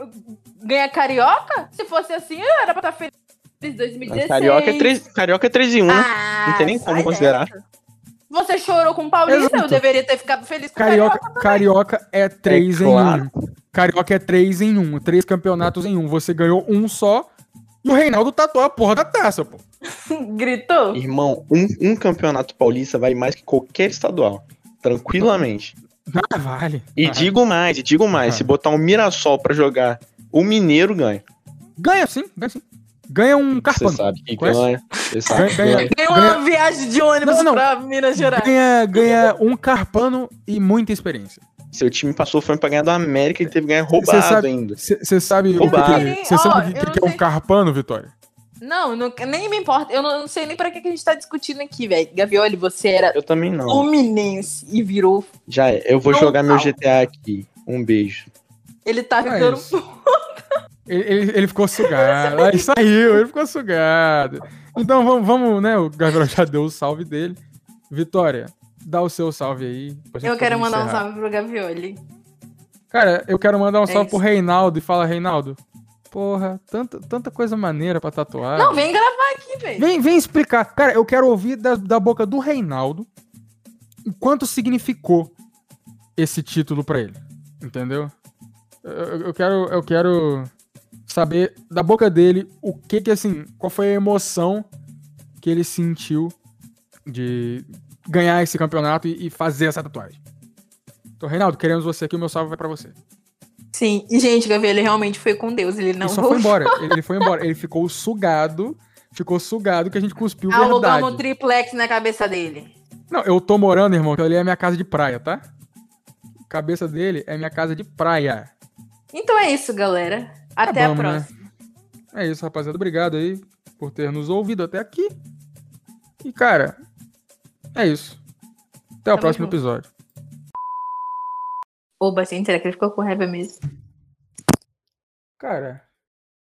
ganha carioca? Se fosse assim, eu era pra estar feliz em 2016. Carioca é, 3, Carioca é 3 um, e 1. né? Ah, Não tem nem como sai considerar. dessa. Você chorou com o Paulista, Exato. eu deveria ter ficado feliz com o Carioca. Carioca, Carioca é 3 em 1. claro. Carioca é 3 em 1. 3 campeonatos em 1. Você ganhou um só. E o Reinaldo tatuou a porra da taça, pô. Gritou. Irmão, um, um campeonato paulista vale mais que qualquer estadual. Tranquilamente. Ah, vale. E Ah, digo mais, e digo mais, Ah. se botar um Mirassol pra jogar, o Mineiro ganha. Ganha sim, ganha sim. Ganha um Você carpano. sabe que Conhece? ganha. Você sabe que Ganha- ganha. Ganhou Ganha- uma viagem de ônibus Não, não. pra Minas Gerais. Ganha, ganha um carpano e muita experiência. Seu time passou fome pra ganhar do América e teve ganho roubado Você sabe- ainda. Você sabe o que, Roubado. que, cê sabe o Ó, que, eu que não é um sei. carpano, Vitória? Não, não- nem me importa. Eu não, não sei nem pra que que a gente tá discutindo aqui, velho. Gavioli, você era Eu também não. Fluminense e virou. Já é, eu vou Não, jogar meu não. GTA aqui. Um beijo. Ele tá É ficando. isso. Ele, ele, ele ficou sugado. Aí saiu, ele ficou sugado. Então vamos, vamos, né? O Gabriel já deu o salve dele. Vitória, dá o seu salve aí. pra gente Eu quero poder mandar um encerrar. salve pro Gavioli. Cara, eu quero mandar um É salve pro isso. Reinaldo e fala, Reinaldo, porra, tanta, tanta coisa maneira pra tatuar. Não, vem gravar aqui, velho. Vem, vem explicar. Cara, eu quero ouvir da, da boca do Reinaldo o quanto significou esse título pra ele. Entendeu? Eu, eu- eu quero, eu quero saber da boca dele o que que, assim, qual foi a emoção que ele sentiu de ganhar esse campeonato e, e fazer essa tatuagem. Então, Reinaldo, queremos você aqui, o meu salve vai pra você. Sim, e gente, Gavioli realmente foi com Deus. Ele não Ele só foi voltou. embora. Ele ele foi embora. Ele ficou sugado. Ficou sugado que a gente cuspiu verdade. Alugamos um triplex na cabeça dele. Não, eu tô morando, irmão, que ali é a minha casa de praia, tá? Cabeça dele é minha casa de praia. Então é isso, galera. Até Acabamos, a né? próxima. É isso, rapaziada. Obrigado aí por ter nos ouvido até aqui. E, cara, é isso. Até o Tamo próximo junto. episódio. Oba, assim, será que ele ficou com raiva mesmo? Cara.